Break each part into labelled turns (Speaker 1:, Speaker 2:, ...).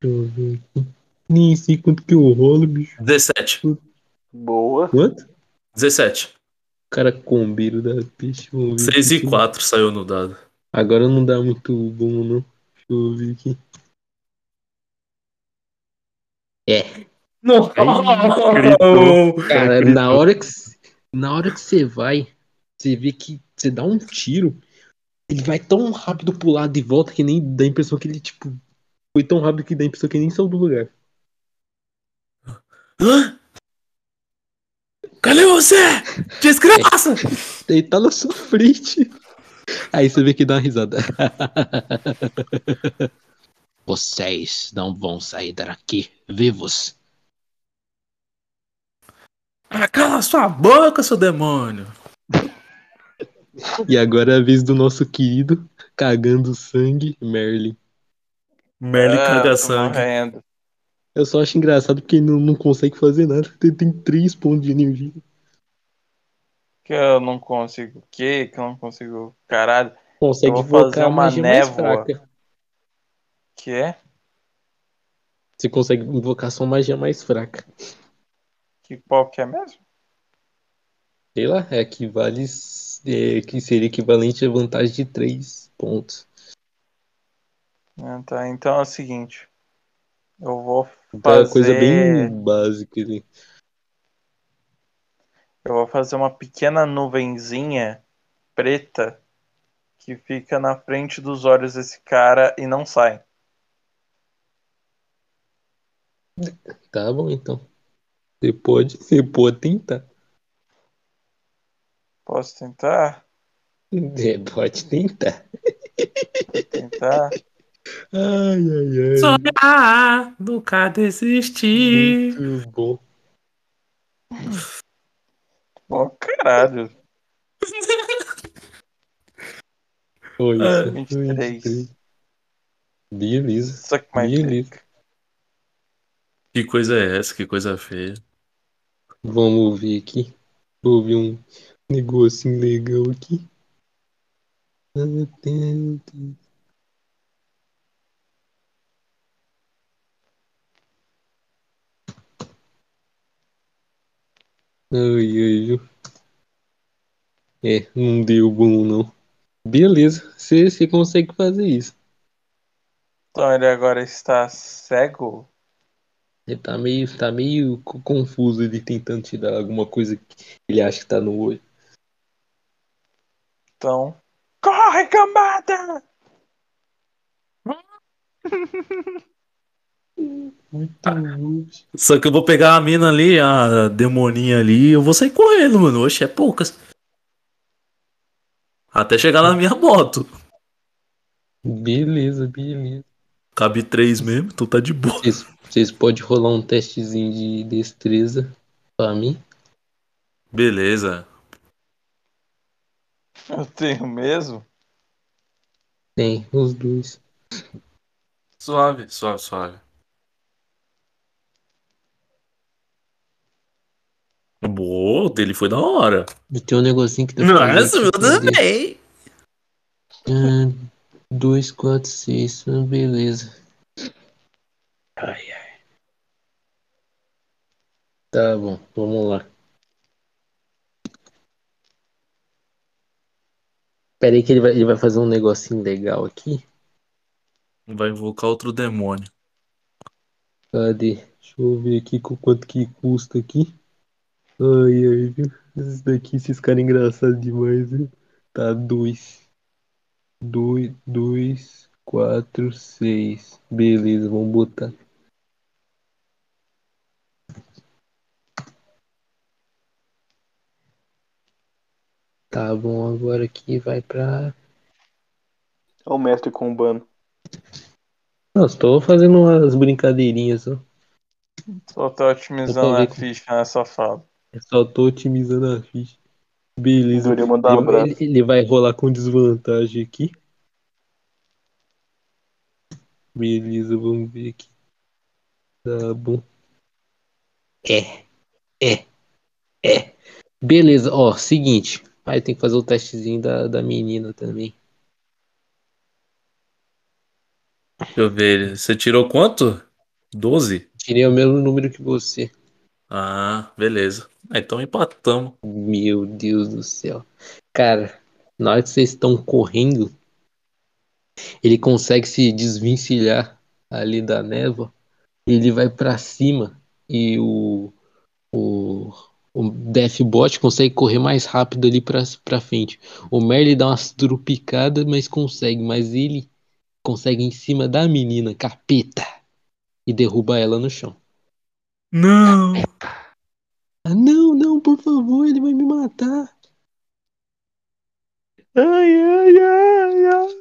Speaker 1: Deixa eu ver aqui. Nem sei quanto que é o rolo, bicho.
Speaker 2: 17.
Speaker 3: Boa.
Speaker 1: Quanto?
Speaker 2: 17.
Speaker 1: Cara combeiro da peixe. vamos ver
Speaker 2: 6 e
Speaker 1: aqui.
Speaker 2: 4 saiu no dado.
Speaker 1: Agora não dá muito bom, não. Deixa eu ver aqui. É. Cara, na hora que c- na hora que você vai, você vê que você dá um tiro, ele vai tão rápido pro lado e volta que nem dá a impressão que ele, tipo, foi tão rápido que dá a impressão que ele nem saiu do lugar.
Speaker 2: Hã? Cadê você? Desgraça!
Speaker 1: Ele tá na sua frente. Aí você vê que dá uma risada. Vocês não vão sair daqui vivos.
Speaker 2: Ah, cala sua boca, seu demônio!
Speaker 1: E agora é a vez do nosso querido cagando sangue, Merlin.
Speaker 2: Merlin
Speaker 3: Ah,
Speaker 2: caga
Speaker 3: tô
Speaker 2: sangue.
Speaker 3: morrendo.
Speaker 1: Eu só acho engraçado porque ele não, não consegue fazer nada. Ele tem três pontos de energia.
Speaker 3: Que eu não consigo. o quê? Que eu não consigo. Caralho. Eu
Speaker 1: Consegue
Speaker 3: vou fazer
Speaker 1: invocar a
Speaker 3: uma
Speaker 1: magia mais
Speaker 3: névoa.
Speaker 1: fraca.
Speaker 3: Que é?
Speaker 1: Você consegue invocar só magia mais fraca.
Speaker 3: Que qual que é mesmo?
Speaker 1: Sei lá, é que vale. É, que seria equivalente a vantagem de três pontos.
Speaker 3: Ah, tá. Então é o seguinte. Eu vou
Speaker 1: Então é uma
Speaker 3: fazer.
Speaker 1: coisa bem básica assim. ali.
Speaker 3: Eu vou fazer uma pequena nuvenzinha preta que fica na frente dos olhos desse cara e não sai.
Speaker 1: Tá bom, então. Você pode, você pode tentar.
Speaker 3: Posso tentar?
Speaker 1: É, pode tentar.
Speaker 3: Tentar.
Speaker 1: Ai, ai, ai.
Speaker 2: Sonhar, nunca desistir.
Speaker 1: Muito bom.
Speaker 3: Pô, caralho.
Speaker 1: Foi
Speaker 2: Ah,
Speaker 1: isso.
Speaker 3: 23.
Speaker 1: Beleza.
Speaker 3: Só que mais
Speaker 1: Beleza.
Speaker 3: clica.
Speaker 2: Que coisa é essa? Que coisa feia.
Speaker 1: Vamos ver aqui. Houve um negocinho legal aqui. Ai, ai, viu? É, não deu bom, não. Beleza, você consegue fazer isso.
Speaker 3: Então ele agora está cego?
Speaker 1: Ele tá meio, tá meio co- confuso ele tentando te dar alguma coisa que ele acha que tá no olho.
Speaker 3: Então. Corre, camada!
Speaker 1: Muito
Speaker 2: Só que eu vou pegar a mina ali, a demoninha ali, e eu vou sair correndo, mano. Oxe, é poucas. Até chegar na minha moto.
Speaker 1: Beleza, beleza.
Speaker 2: Cabe três mesmo, então tá de boa.
Speaker 1: Vocês, vocês podem rolar um testezinho de destreza pra mim?
Speaker 2: Beleza.
Speaker 3: Eu tenho mesmo?
Speaker 1: Tem, os dois.
Speaker 2: Suave, suave, suave. Boa, o dele foi da hora.
Speaker 1: E Tem um negocinho que tá
Speaker 2: Nossa, meu
Speaker 1: Deus.
Speaker 2: também.
Speaker 1: um, Dois, quatro, seis. ah, Beleza. Ai, ai. Tá bom, vamos lá. Pera aí que ele vai, ele vai fazer um negocinho legal aqui.
Speaker 2: Vai invocar outro demônio.
Speaker 1: Cadê? Deixa eu ver aqui com quanto que custa aqui. Ai, ai, viu? Esses daqui, esses caras engraçados demais, viu? Tá, dois. Dois, dois, quatro, seis. Beleza, vamos botar. Tá bom, agora aqui vai pra.
Speaker 4: É o mestre combando.
Speaker 1: Nossa, tô fazendo umas brincadeirinhas, ó.
Speaker 3: Só tô otimizando a
Speaker 1: vendo.
Speaker 3: ficha, né, safado?
Speaker 1: Eu É só tô otimizando a ficha. Beleza.
Speaker 4: Deveria mandar um
Speaker 1: Ele-
Speaker 4: abraço.
Speaker 1: ele, ele vai rolar com desvantagem aqui. Beleza, vamos ver aqui. Tá bom. É, é, é. Beleza, ó, seguinte. Aí tem que fazer o testezinho da, da menina também.
Speaker 2: Deixa eu ver. Você tirou quanto? 12?
Speaker 1: Tirei o mesmo número que você.
Speaker 2: Ah, beleza. Ah, então empatamos.
Speaker 1: Meu Deus do céu. Cara, na hora que vocês estão correndo, ele consegue se desvencilhar ali da névoa. Ele vai pra cima e o, o, o Deathbot consegue correr mais rápido ali pra, pra frente. O Merle dá umas trupicadas, mas consegue. Mas ele consegue ir em cima da menina, capeta, e derruba ela no chão.
Speaker 2: Não!
Speaker 1: Ah, não, não, por favor, ele vai me matar.
Speaker 3: Ai, ai, ai, ai.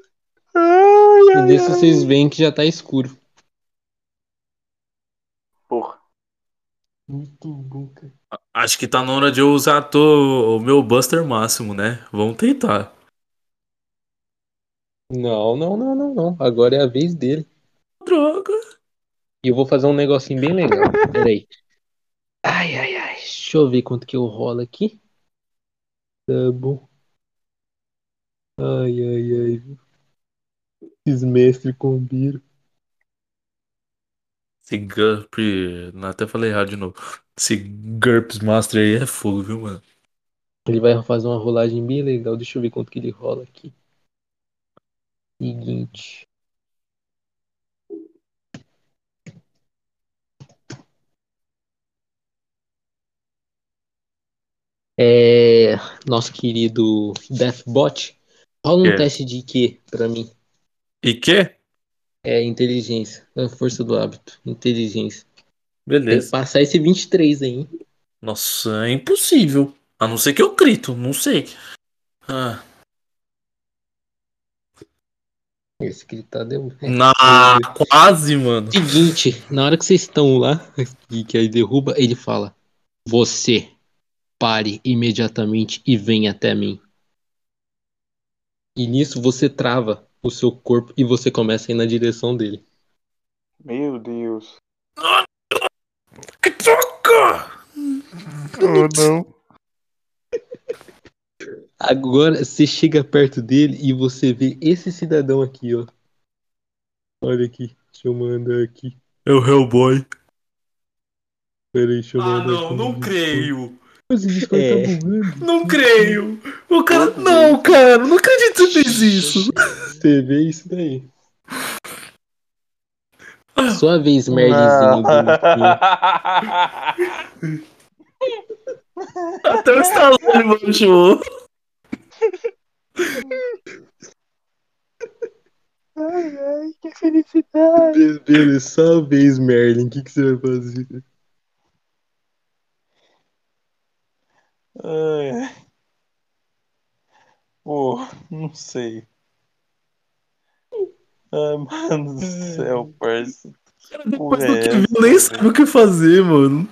Speaker 1: E
Speaker 3: Ai, ai,
Speaker 1: nisso vocês veem que já tá escuro.
Speaker 4: Porra.
Speaker 1: Muito bom, cara.
Speaker 2: Acho que tá na hora de eu usar a to- o meu Buster máximo, né? Vamos tentar.
Speaker 1: Não, não, não, não, não. Agora é a vez dele.
Speaker 2: Droga!
Speaker 1: E eu vou fazer um negocinho bem legal. Peraí. Ai, ai, ai. Deixa eu ver quanto que eu rolo aqui. Tá bom. Ai, ai, ai. viu? Esses mestres combinam.
Speaker 2: Esse GURP. não, Até falei errado de novo. Esse GURPS Master aí é fogo, viu, mano?
Speaker 1: Ele vai fazer uma rolagem bem legal. Deixa eu ver quanto que ele rola aqui. Seguinte. É, nosso querido Deathbot, rola um
Speaker 2: É.
Speaker 1: teste de IQ pra mim.
Speaker 2: E que?
Speaker 1: É inteligência, é força do hábito, inteligência. Tem que
Speaker 2: Beleza.
Speaker 1: passar esse 23 aí, hein?
Speaker 2: Nossa, é impossível. A não ser que eu grito, não sei. Ah.
Speaker 1: Esse gritar deu.
Speaker 2: Na, quase, mano.
Speaker 1: Seguinte, na hora que vocês estão lá e que aí derruba, ele fala: Você pare imediatamente e venha até mim. E nisso você trava o seu corpo e você começa a ir na direção dele.
Speaker 4: Meu Deus.
Speaker 2: Que droga!
Speaker 3: Oh, não.
Speaker 1: Agora você chega perto dele e você vê esse cidadão aqui, ó. Olha aqui, deixa eu mandar aqui.
Speaker 2: É o Hellboy.
Speaker 1: Peraí, deixa eu
Speaker 2: Ah,
Speaker 1: mandar
Speaker 2: não,
Speaker 1: aqui.
Speaker 2: não creio.
Speaker 1: Mas o Discord tá
Speaker 4: É.
Speaker 1: bugando.
Speaker 2: Não creio. O cara. Não, cara, não acredito que você fez isso.
Speaker 1: Você vê isso daí.
Speaker 2: Ah.
Speaker 1: Sua vez, merdezinho bonitinho.
Speaker 2: Até o Stallone baixou.
Speaker 4: Ai, ai, que felicidade.
Speaker 1: Be- Beleza, sua é vez, Merlin. O que, que você vai fazer?
Speaker 3: Ai, ai. Pô, não sei. Ai, mano do céu, parça.
Speaker 2: Cara,
Speaker 3: Porra,
Speaker 2: depois do
Speaker 3: é
Speaker 2: que
Speaker 3: essa,
Speaker 2: viu, nem
Speaker 3: velho?
Speaker 2: sabe o que fazer, mano.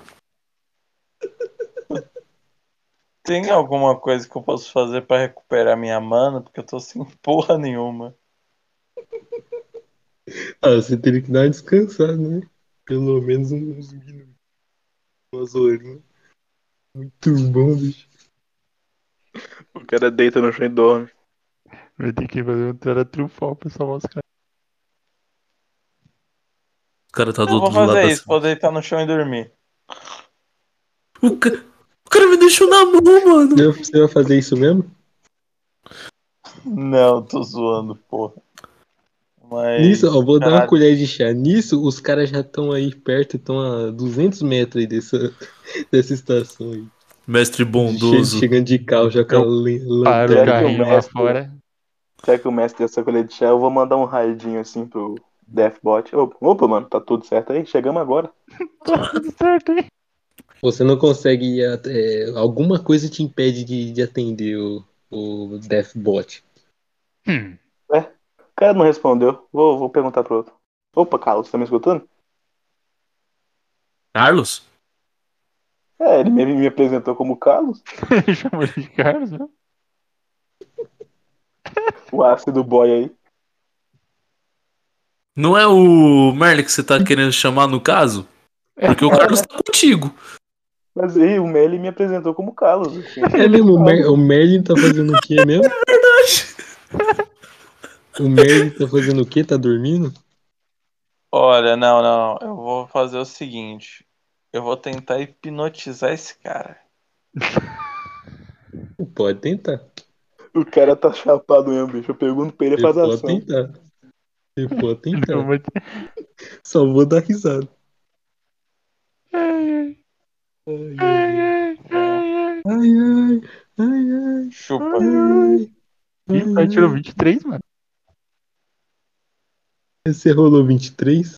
Speaker 3: Tem alguma coisa que eu posso fazer pra recuperar minha mana? Porque eu tô sem porra nenhuma.
Speaker 1: Ah, você teria que dar uma descansada, né? Pelo menos uns minutos. Umas horinhas. Muito bom, bicho.
Speaker 4: O cara deita no chão e dorme.
Speaker 5: Vai ter que fazer um trara trufal pra salvar os caras.
Speaker 2: O cara tá do
Speaker 3: Eu vou
Speaker 2: outro lado
Speaker 3: fazer isso,
Speaker 2: assim.
Speaker 3: vou deitar no chão e dormir.
Speaker 2: O, ca- o cara me deixou na mão, mano.
Speaker 1: Você vai- Você vai fazer isso mesmo?
Speaker 3: Não, tô zoando, porra. Mas.
Speaker 1: Nisso, ó, vou dar uma
Speaker 3: É caralho.
Speaker 1: colher de chá. Nisso, os caras já estão aí perto, estão a 200 metros aí dessa, dessa estação aí.
Speaker 2: Mestre
Speaker 1: Che-
Speaker 2: bondoso.
Speaker 1: Chegando de carro, já com a
Speaker 5: Eu
Speaker 1: lan-
Speaker 5: Para o
Speaker 4: Pega o
Speaker 1: lanterna.
Speaker 5: carrinho lá
Speaker 4: mestre.
Speaker 5: fora.
Speaker 4: Será que o mestre dessa colher de chá? Eu vou mandar um raidinho assim pro Deathbot. Opa, opa, mano, tá tudo certo aí? Chegamos agora.
Speaker 5: Tá tudo certo, hein?
Speaker 1: Você não consegue ir at- é, alguma coisa te impede de, de atender o, o Deathbot.
Speaker 5: Hum.
Speaker 4: O cara não respondeu. Vou, vou perguntar pro outro. Opa, Carlos, tá me escutando?
Speaker 2: Carlos?
Speaker 4: É, ele me, me apresentou como Carlos.
Speaker 5: Ele chamou ele de Carlos, né?
Speaker 4: O ácido boy aí.
Speaker 2: Não é o Merle que você tá querendo chamar no caso?
Speaker 1: É.
Speaker 2: Porque o Carlos tá contigo.
Speaker 4: Mas aí, o Mel me apresentou como Carlos. assim.
Speaker 1: É mesmo, o, Mer o Merlin tá fazendo o quê mesmo? O Merlin tá fazendo o quê? Tá dormindo?
Speaker 3: Olha, não, não. Eu vou fazer o seguinte. Eu vou tentar hipnotizar esse cara.
Speaker 1: Pode tentar.
Speaker 4: O cara tá chapado mesmo, bicho. Eu pergunto pra ele e
Speaker 1: Você
Speaker 4: faz
Speaker 1: pode
Speaker 4: ação.
Speaker 1: tentar. Você pode
Speaker 5: Eu
Speaker 1: tentar.
Speaker 5: vou te-
Speaker 1: Só vou dar risada.
Speaker 5: Ai,
Speaker 1: Ai, ai,
Speaker 5: ai, ai, ai, ai.
Speaker 1: ai, ai, ai,
Speaker 3: Chupa.
Speaker 1: Hum. ai, ai.
Speaker 5: Ih, pai tirou 23, mano.
Speaker 1: Você rolou 23?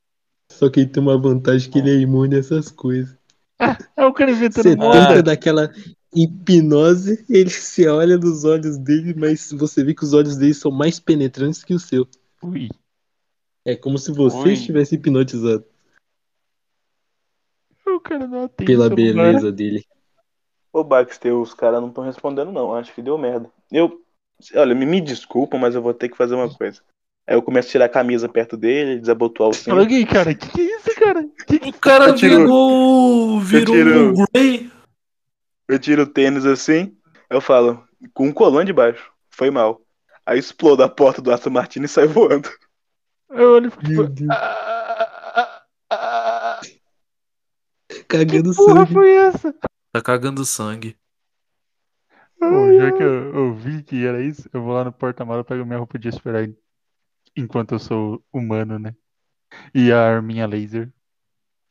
Speaker 1: Só que ele tem uma vantagem que ele é imune a essas coisas.
Speaker 5: É o cara inventando
Speaker 1: Você
Speaker 5: moda.
Speaker 1: tenta daquela hipnose, ele se olha nos olhos dele, mas você vê que os olhos dele são mais penetrantes que o seu.
Speaker 5: Ui.
Speaker 1: É como se você
Speaker 3: Ui.
Speaker 1: estivesse hipnotizado
Speaker 5: é O cara não atende.
Speaker 1: pela
Speaker 5: o celular.
Speaker 1: beleza dele.
Speaker 4: Ô, Baxter, os caras não estão respondendo, não. Acho que deu merda. Eu. Olha, me, me desculpa, mas eu vou ter que fazer uma coisa. Aí eu começo a tirar a camisa perto dele, desabotoar o
Speaker 5: Fala
Speaker 4: cinto.
Speaker 5: alguém, cara. Que que é isso, cara? Que que...
Speaker 2: O cara
Speaker 4: Eu tiro-
Speaker 2: virou. Virou
Speaker 4: tiro-
Speaker 2: um Grey.
Speaker 4: Eu tiro o tênis assim, eu falo, com um colão de baixo. Foi mal. Aí explodo a porta do Aston Martin e sai voando.
Speaker 5: Eu olho e fico,
Speaker 1: Meu
Speaker 5: tipo,
Speaker 1: Deus.
Speaker 5: "Ah, ah, ah, ah, Que
Speaker 1: Cagando
Speaker 5: porra
Speaker 1: sangue.
Speaker 5: foi essa?
Speaker 2: Tá cagando sangue.
Speaker 5: Bom, já que eu, eu vi que era isso, eu vou lá no porta-malas, pego minha roupa de esperar enquanto eu sou humano, né? E a arminha laser.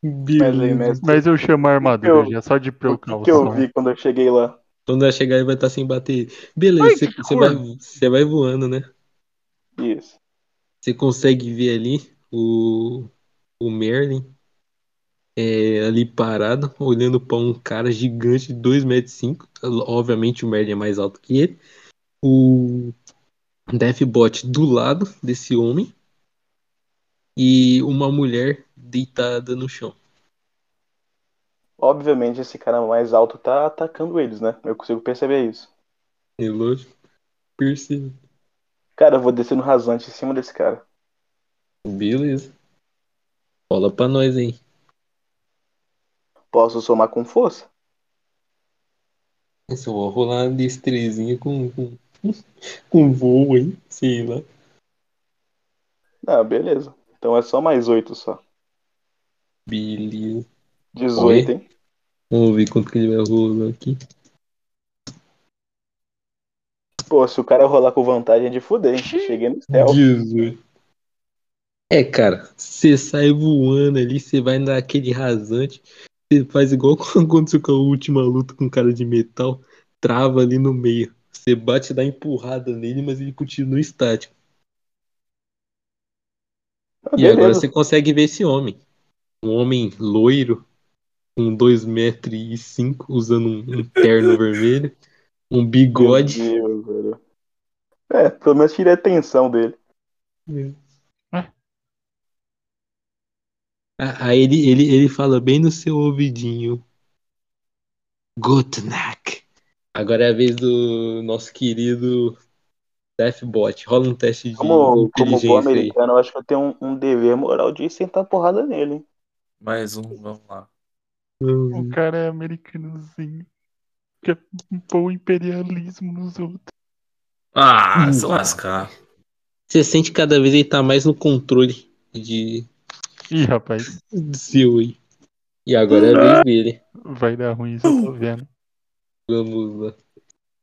Speaker 4: Mas aí,
Speaker 1: Beleza.
Speaker 4: mestre,
Speaker 5: Mas é eu chamo a armadura
Speaker 4: eu-
Speaker 5: já, só de
Speaker 4: o
Speaker 5: precaução.
Speaker 4: que, que eu vi quando eu cheguei lá?
Speaker 1: Quando vai chegar, ele vai estar sem bater. Beleza,
Speaker 5: Ai,
Speaker 1: você-
Speaker 5: que
Speaker 1: você
Speaker 5: cor.
Speaker 1: vai, você vai voando, né?
Speaker 4: Isso.
Speaker 1: Você consegue ver ali o, o Merlin é, ali parado, olhando para um cara gigante de 2,5m. Obviamente o Merlin é mais alto que ele. O Deathbot do lado desse homem. E uma mulher deitada no chão.
Speaker 4: Obviamente, esse cara mais alto tá atacando eles, né? Eu consigo perceber isso.
Speaker 1: É lógico. Percebe.
Speaker 4: Cara, eu vou descer no rasante em cima desse cara.
Speaker 1: Beleza. Fala pra nós, hein?
Speaker 4: Posso somar com força?
Speaker 1: Eu É só vou rolar uma destrezinha com, com, com voo, hein? Sei lá.
Speaker 4: Ah, beleza. Então é só mais oito só.
Speaker 1: Beleza.
Speaker 4: 18, hein?
Speaker 1: Vamos ver quanto que ele vai rolar aqui.
Speaker 4: Pô, se o cara rolar com vantagem é de fuder, hein? Cheguei no céu.
Speaker 1: 18. É, cara, você sai voando ali, você vai naquele rasante, você faz igual quando aconteceu com a última luta com o cara de metal, trava ali no meio. Você bate e dá empurrada nele, mas ele continua estático.
Speaker 4: Ah,
Speaker 1: E agora
Speaker 4: beleza.
Speaker 1: você consegue ver esse homem. Um homem loiro, com 2,5m, usando um um terno vermelho, um bigode.
Speaker 4: Meu Deus, velho. É, pelo menos tirei a atenção dele.
Speaker 1: É. Ah, Aí ele, ele, ele fala bem no seu ouvidinho. Gutnack. Agora é a vez do nosso querido Deathbot. Rola um teste de
Speaker 4: Como, como bom
Speaker 1: inteligência aí.
Speaker 4: americano, eu acho que eu tenho um, um dever moral de sentar porrada nele, hein?
Speaker 2: Mais um, vamos lá.
Speaker 5: O cara é americanozinho. Quer impor o imperialismo nos outros.
Speaker 2: Ah,
Speaker 1: Hum.
Speaker 2: se lascar.
Speaker 1: Você sente que cada vez ele tá mais no controle de,
Speaker 5: Ih, rapaz,
Speaker 1: de seu aí. E agora é a vez dele.
Speaker 5: vai dar ruim isso, eu tô vendo.
Speaker 1: Vamos lá.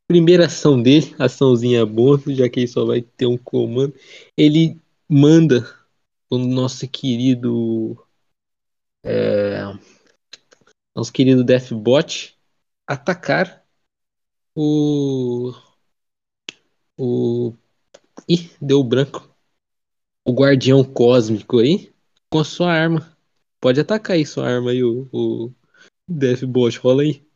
Speaker 1: Primeira ação dele, açãozinha bônus, já que ele só vai ter um comando. Ele manda o nosso querido. é, nosso querido Deathbot atacar o. O. Ih, deu branco. O Guardião Cósmico aí, com a sua arma. Pode atacar aí sua arma aí, o, o Deathbot. Rola aí.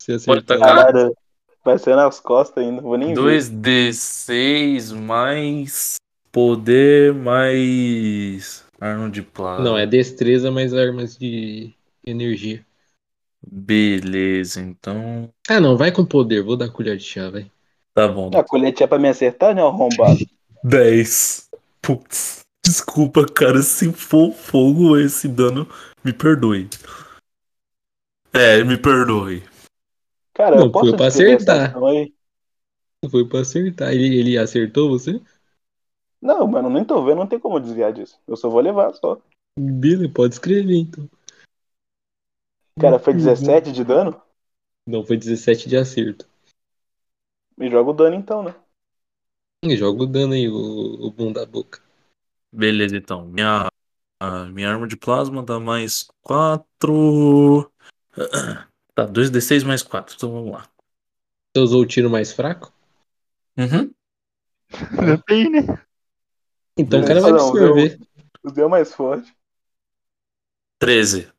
Speaker 1: Se
Speaker 2: Pode
Speaker 1: acertar.
Speaker 2: atacar?
Speaker 4: Caralho, vai ser nas costas ainda, vou nem ver.
Speaker 2: 2D6 mais poder mais arma de plata.
Speaker 1: Não, é destreza mais armas de energia.
Speaker 2: Beleza, então.
Speaker 1: Ah, não, vai com poder. Vou dar colher de chá, vai.
Speaker 2: Tá bom.
Speaker 4: A colete é pra me acertar, né, arrombado?
Speaker 2: 10. Putz. Desculpa, cara, se for fogo esse dano, me perdoe. É, me perdoe.
Speaker 4: Cara,
Speaker 1: Não,
Speaker 4: eu posso
Speaker 1: foi pra
Speaker 4: descrever essa
Speaker 1: acertar.
Speaker 4: ação aí?
Speaker 1: Foi pra acertar. Ele, ele acertou você?
Speaker 4: Não, mano, nem tô vendo, não tem como desviar disso. Eu só vou levar, só.
Speaker 1: Billy, pode escrever então.
Speaker 4: Cara,
Speaker 1: Uhum.
Speaker 4: foi 17 de dano?
Speaker 1: Não, foi 17 de acerto.
Speaker 4: Me joga o dano então, né?
Speaker 1: Hum, Joga o dano aí, o, o bum da boca.
Speaker 2: Beleza, então. Minha, a minha arma de plasma dá mais 4. Tá, 2d6 mais 4. Então vamos lá.
Speaker 1: Você usou o tiro mais fraco?
Speaker 2: Uhum.
Speaker 5: Depende, né?
Speaker 1: Então o cara vai
Speaker 4: Não, não.
Speaker 1: absorver.
Speaker 4: O deu mais forte.
Speaker 2: 13.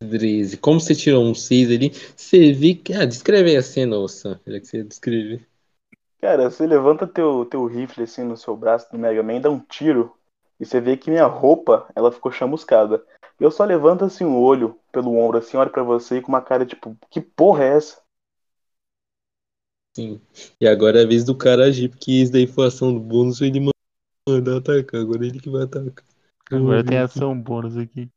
Speaker 1: 13. Como você tirou um 6 ali, você vê que. Ah, descreve aí a cena, ô Sam. Já que você ia descrever.
Speaker 4: Cara, você levanta teu, teu rifle assim no seu braço do Mega Man, dá um tiro, e você vê que minha roupa, ela ficou chamuscada. Eu só levanto assim o olho pelo ombro, assim, olho pra você e com uma cara tipo, que porra é essa?
Speaker 1: Sim. E agora é a vez do cara agir, porque isso daí foi a ação do bônus ele man- mandar atacar. Agora é ele que vai atacar.
Speaker 5: Agora tem ação bônus aqui.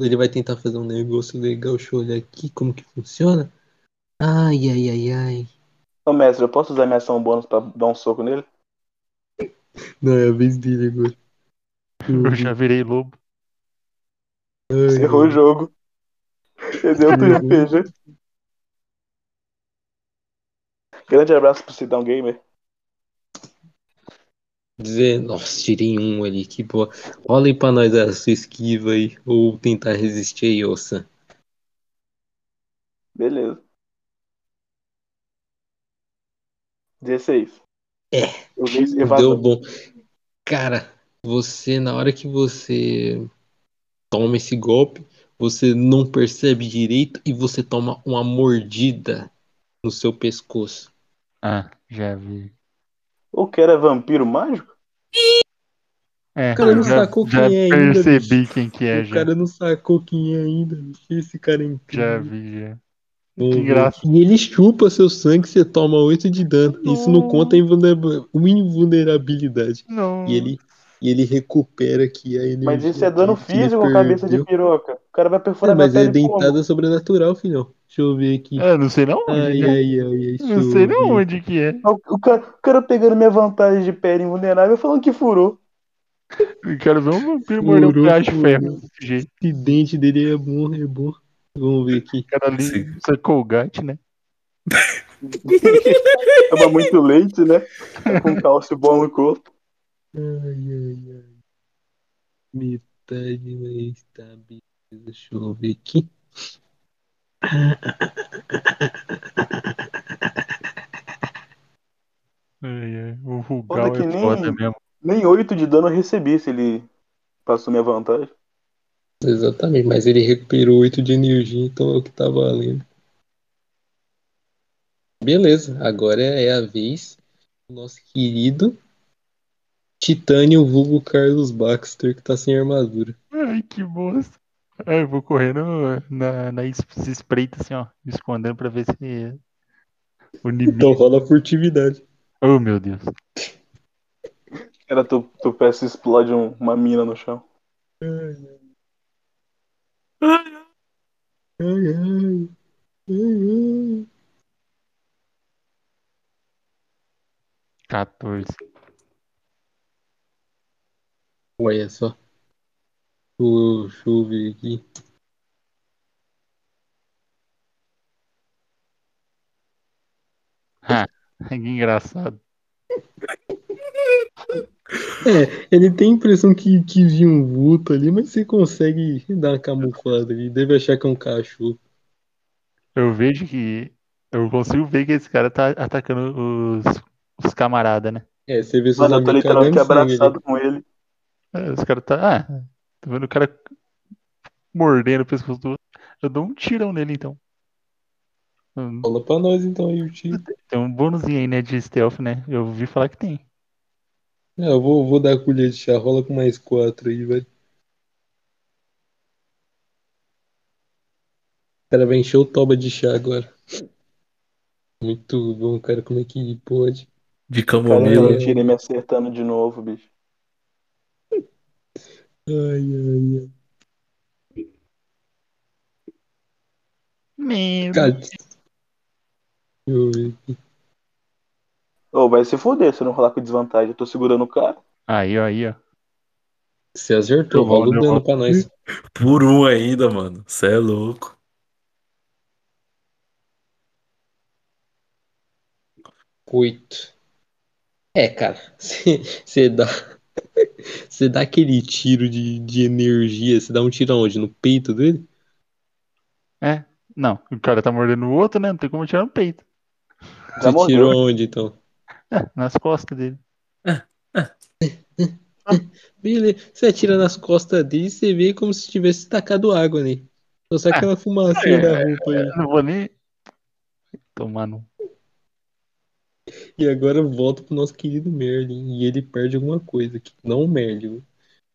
Speaker 1: Ele vai tentar fazer um negócio legal. Deixa eu olhar aqui como que funciona. Ai, ai, ai, ai.
Speaker 4: Ô mestre, eu posso usar minha ação bônus pra dar um soco nele?
Speaker 1: Não, é a vez dele agora.
Speaker 5: Eu já virei lobo.
Speaker 1: Ai,
Speaker 4: Você errou o jogo. Você deu outro RPG. Grande abraço pro Cidão Gamer.
Speaker 1: Dizer, nossa, tirei um ali, que boa. Rola aí pra nós a sua esquiva aí, ou tentar resistir aí, ossa.
Speaker 4: Beleza. 16.
Speaker 1: É.
Speaker 4: Eu vi
Speaker 1: Deu
Speaker 4: evasão.
Speaker 1: bom. Cara, você, na hora que você toma esse golpe, você não percebe direito e você toma uma mordida no seu pescoço.
Speaker 5: Ah, já vi.
Speaker 4: O que era vampiro mágico?
Speaker 5: É,
Speaker 1: O cara
Speaker 5: eu
Speaker 1: não
Speaker 5: já,
Speaker 1: sacou
Speaker 5: já
Speaker 1: quem é ainda,
Speaker 5: percebi quem que é,
Speaker 1: o
Speaker 5: já.
Speaker 1: cara não sacou quem é ainda, bicho. Esse cara é incrível.
Speaker 5: Já vi, já.
Speaker 1: Bom,
Speaker 5: Que graça.
Speaker 1: E ele chupa seu sangue, você toma 8 de dano. Isso não conta a invulner- uma invulnerabilidade.
Speaker 5: Não.
Speaker 1: E ele, e ele recupera aqui a energia.
Speaker 4: Mas isso é dano
Speaker 1: que- que ele
Speaker 4: físico com cabeça de
Speaker 1: perdeu.
Speaker 4: piroca. O cara vai
Speaker 1: É,
Speaker 4: perfurar
Speaker 1: mas
Speaker 4: minha
Speaker 1: é
Speaker 4: pele como?
Speaker 1: dentada sobrenatural, filhão. Deixa eu ver aqui.
Speaker 5: Ah, não sei não onde,
Speaker 1: Ai,
Speaker 5: né?
Speaker 1: ai, ai, ai.
Speaker 5: Não sei não onde que é.
Speaker 4: O, o cara, o cara pegando minha vantagem de pele invulnerável falando que furou.
Speaker 5: Eu quero ver um vampiro morder um
Speaker 1: Furou,
Speaker 5: pedaço de
Speaker 1: furou.
Speaker 5: ferro desse jeito.
Speaker 1: Esse dente dele é bom, é bom. Vamos ver aqui.
Speaker 5: O cara ali
Speaker 2: Sim.
Speaker 5: usa Colgate, né?
Speaker 4: Toma muito leite, né? Tá com cálcio bom no corpo.
Speaker 1: Ai, ai, ai. Metade da estabilidade. Deixa eu ver aqui.
Speaker 5: Ai, ai. O Rugal
Speaker 4: Foda que
Speaker 5: é
Speaker 4: nem-
Speaker 5: foda mesmo.
Speaker 4: Nem 8 de dano eu recebi se ele passou minha vantagem.
Speaker 1: Exatamente, mas ele recuperou 8 de energia, então é o que tá valendo. Beleza, agora é a vez do nosso querido Titânio vulgo Carlos Baxter, que tá sem armadura.
Speaker 5: Ai, que bosta. Ai, eu vou correndo na, na es- se espreita assim, ó. Me escondendo pra ver se o
Speaker 1: Então
Speaker 5: inimigo.
Speaker 1: rola a furtividade.
Speaker 5: Oh, meu Deus.
Speaker 4: Cara, tu, tu peça explode um- uma mina no chão.
Speaker 1: Ai, ai, ai, ai.
Speaker 5: 14.
Speaker 1: Olha só. Deixa eu- deixa eu ver aqui.
Speaker 5: Que engraçado.
Speaker 1: Ele tem a impressão que, que viu um vulto ali, mas você consegue dar uma camuflada ali. Deve achar que é um cachorro.
Speaker 5: Eu vejo que. Eu consigo ver que esse cara tá atacando os, os camaradas, né?
Speaker 1: É, você vê seus
Speaker 4: Mano, eu tô
Speaker 1: amigos
Speaker 4: literalmente
Speaker 1: cagando sangue ali.
Speaker 4: abraçado com ele.
Speaker 5: É, Os caras tá. Ah, tô vendo o cara mordendo o pescoço do outro. Eu dou um tirão nele então. Hum,
Speaker 1: Rola pra nós então aí o tiro.
Speaker 5: Tem um bônusinho aí, né, de stealth, né? Eu ouvi falar que tem.
Speaker 1: É, eu vou, vou dar a colher de chá, rola com mais quatro aí, vai. O cara vai encher o toba de chá agora. Muito bom, cara, como é que pode?
Speaker 2: De
Speaker 4: Caramba,
Speaker 2: camomila.
Speaker 1: Mila.
Speaker 4: eu tirei me acertando de novo, bicho.
Speaker 1: Ai, ai, ai.
Speaker 5: Meu.
Speaker 1: Cara, deixa eu ver.
Speaker 4: Ô, vai se foder se eu não rolar com desvantagem. Eu tô segurando o cara.
Speaker 5: Aí, ó, aí, ó.
Speaker 1: Você acertou,
Speaker 5: Eu vou,
Speaker 1: rola o
Speaker 5: eu
Speaker 1: dano
Speaker 5: vou.
Speaker 1: pra nós.
Speaker 2: Por um ainda, mano. Você é louco.
Speaker 1: Oito. É, cara, você dá. Você dá aquele tiro de, de energia, você dá um tiro aonde? No peito dele?
Speaker 5: Não, o cara tá mordendo o outro, né? Não tem como tirar no peito. Ah,
Speaker 4: Já
Speaker 1: Você tirou
Speaker 4: morreu.
Speaker 1: aonde então?
Speaker 5: É, nas costas dele.
Speaker 1: Beleza, você atira nas costas dele e você vê como se tivesse tacado água né? Só sai aquela fumacinha
Speaker 5: é,
Speaker 1: da roupa aí.
Speaker 5: Eu não vou nem. Tomar no.
Speaker 1: E agora volta pro nosso querido Merlin. E ele perde alguma coisa aqui. Não o Merlin, o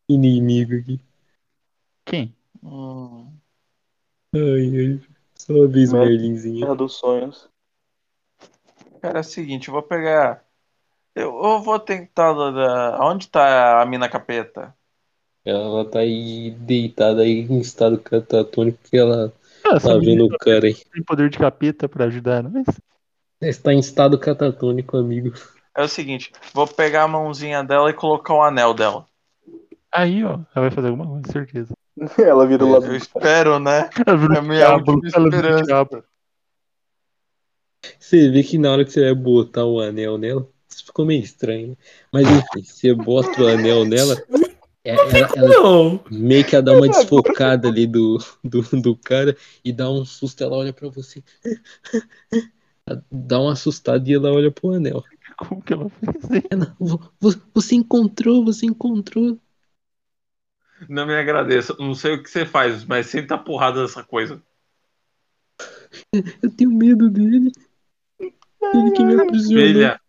Speaker 1: inimigo aqui.
Speaker 5: Quem?
Speaker 3: Hum.
Speaker 1: Ai, ai. Só uma vez,
Speaker 4: Merlin.
Speaker 1: Merlinzinho.
Speaker 4: Terra dos sonhos.
Speaker 3: Cara, é o seguinte, eu vou pegar. Eu, eu vou tentar. da- da- Onde tá a mina capeta?
Speaker 1: Ela tá aí deitada aí em estado catatônico porque ela
Speaker 5: Ah, essa
Speaker 1: tá
Speaker 5: menina
Speaker 1: vendo o cara aí.
Speaker 5: tem poder de capeta pra ajudar, não é? isso?
Speaker 1: Ela Está tá em estado catatônico, amigo.
Speaker 3: É o seguinte, vou pegar a mãozinha dela e colocar o anel dela.
Speaker 5: Aí, ó, ela vai fazer alguma coisa, certeza.
Speaker 4: Ela vira o lado.
Speaker 3: É, Eu espero, né?
Speaker 5: Ela vira
Speaker 3: É
Speaker 5: um
Speaker 3: minha
Speaker 5: diabo,
Speaker 3: última
Speaker 5: ela vira um
Speaker 3: esperança.
Speaker 5: diabo.
Speaker 1: Você vê que na hora que você vai botar o anel nela, isso ficou meio estranho. né? Mas enfim, você bota o anel nela, é- ela, ela
Speaker 2: Não.
Speaker 1: meio que ela dá uma desfocada ali do, do, do cara e dá um susto. Ela olha pra você, Ela dá uma assustada e ela olha pro anel. É,
Speaker 5: Como que ela fez isso?
Speaker 1: Vo- vo- Você encontrou, você encontrou.
Speaker 3: Não me agradeça. Não sei o que você faz, mas senta a porrada dessa coisa.
Speaker 1: Eu tenho medo dele. Ele que me aprisionou.
Speaker 3: Filha.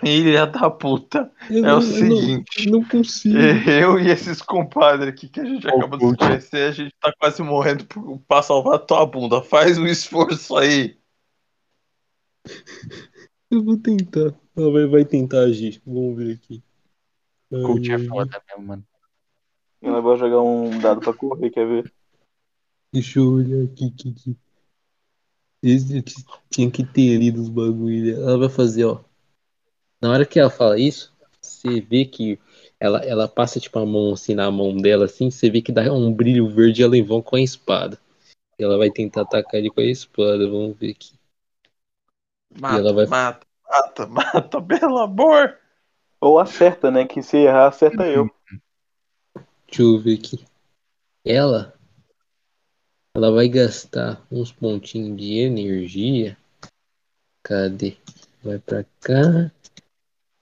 Speaker 3: Filha da puta.
Speaker 1: Eu
Speaker 3: É o
Speaker 1: não- eu não-
Speaker 3: seguinte. É.
Speaker 1: eu não consigo.
Speaker 3: Eu e esses compadres aqui que a gente
Speaker 5: Ô,
Speaker 3: acaba de se
Speaker 5: puta.
Speaker 3: conhecer, a gente tá quase morrendo por- pra salvar a tua bunda. Faz um esforço aí.
Speaker 1: Eu vou tentar. Ela vai, vai tentar agir. Vamos ver aqui. Ai,
Speaker 5: Coach é
Speaker 1: ai,
Speaker 5: foda mesmo, mano.
Speaker 4: Ela vai jogar um dado pra correr, quer ver?
Speaker 1: Deixa eu olhar aqui, aqui, aqui. Esse aqui tinha que ter lido os bagulhos. Ela vai fazer, ó. Na hora que ela fala isso, você vê que ela, ela passa tipo a mão assim na mão dela, assim, você vê que dá um brilho verde e ela envão com a espada. Ela vai tentar atacar ele com a espada, vamos ver aqui.
Speaker 3: Mata,
Speaker 1: ela vai-
Speaker 3: mata, mata, mata, pelo amor.
Speaker 4: Ou acerta, né? Que se errar, acerta eu.
Speaker 1: Deixa eu ver aqui. Ela, ela vai gastar uns pontinhos de energia. Cadê? Vai pra cá.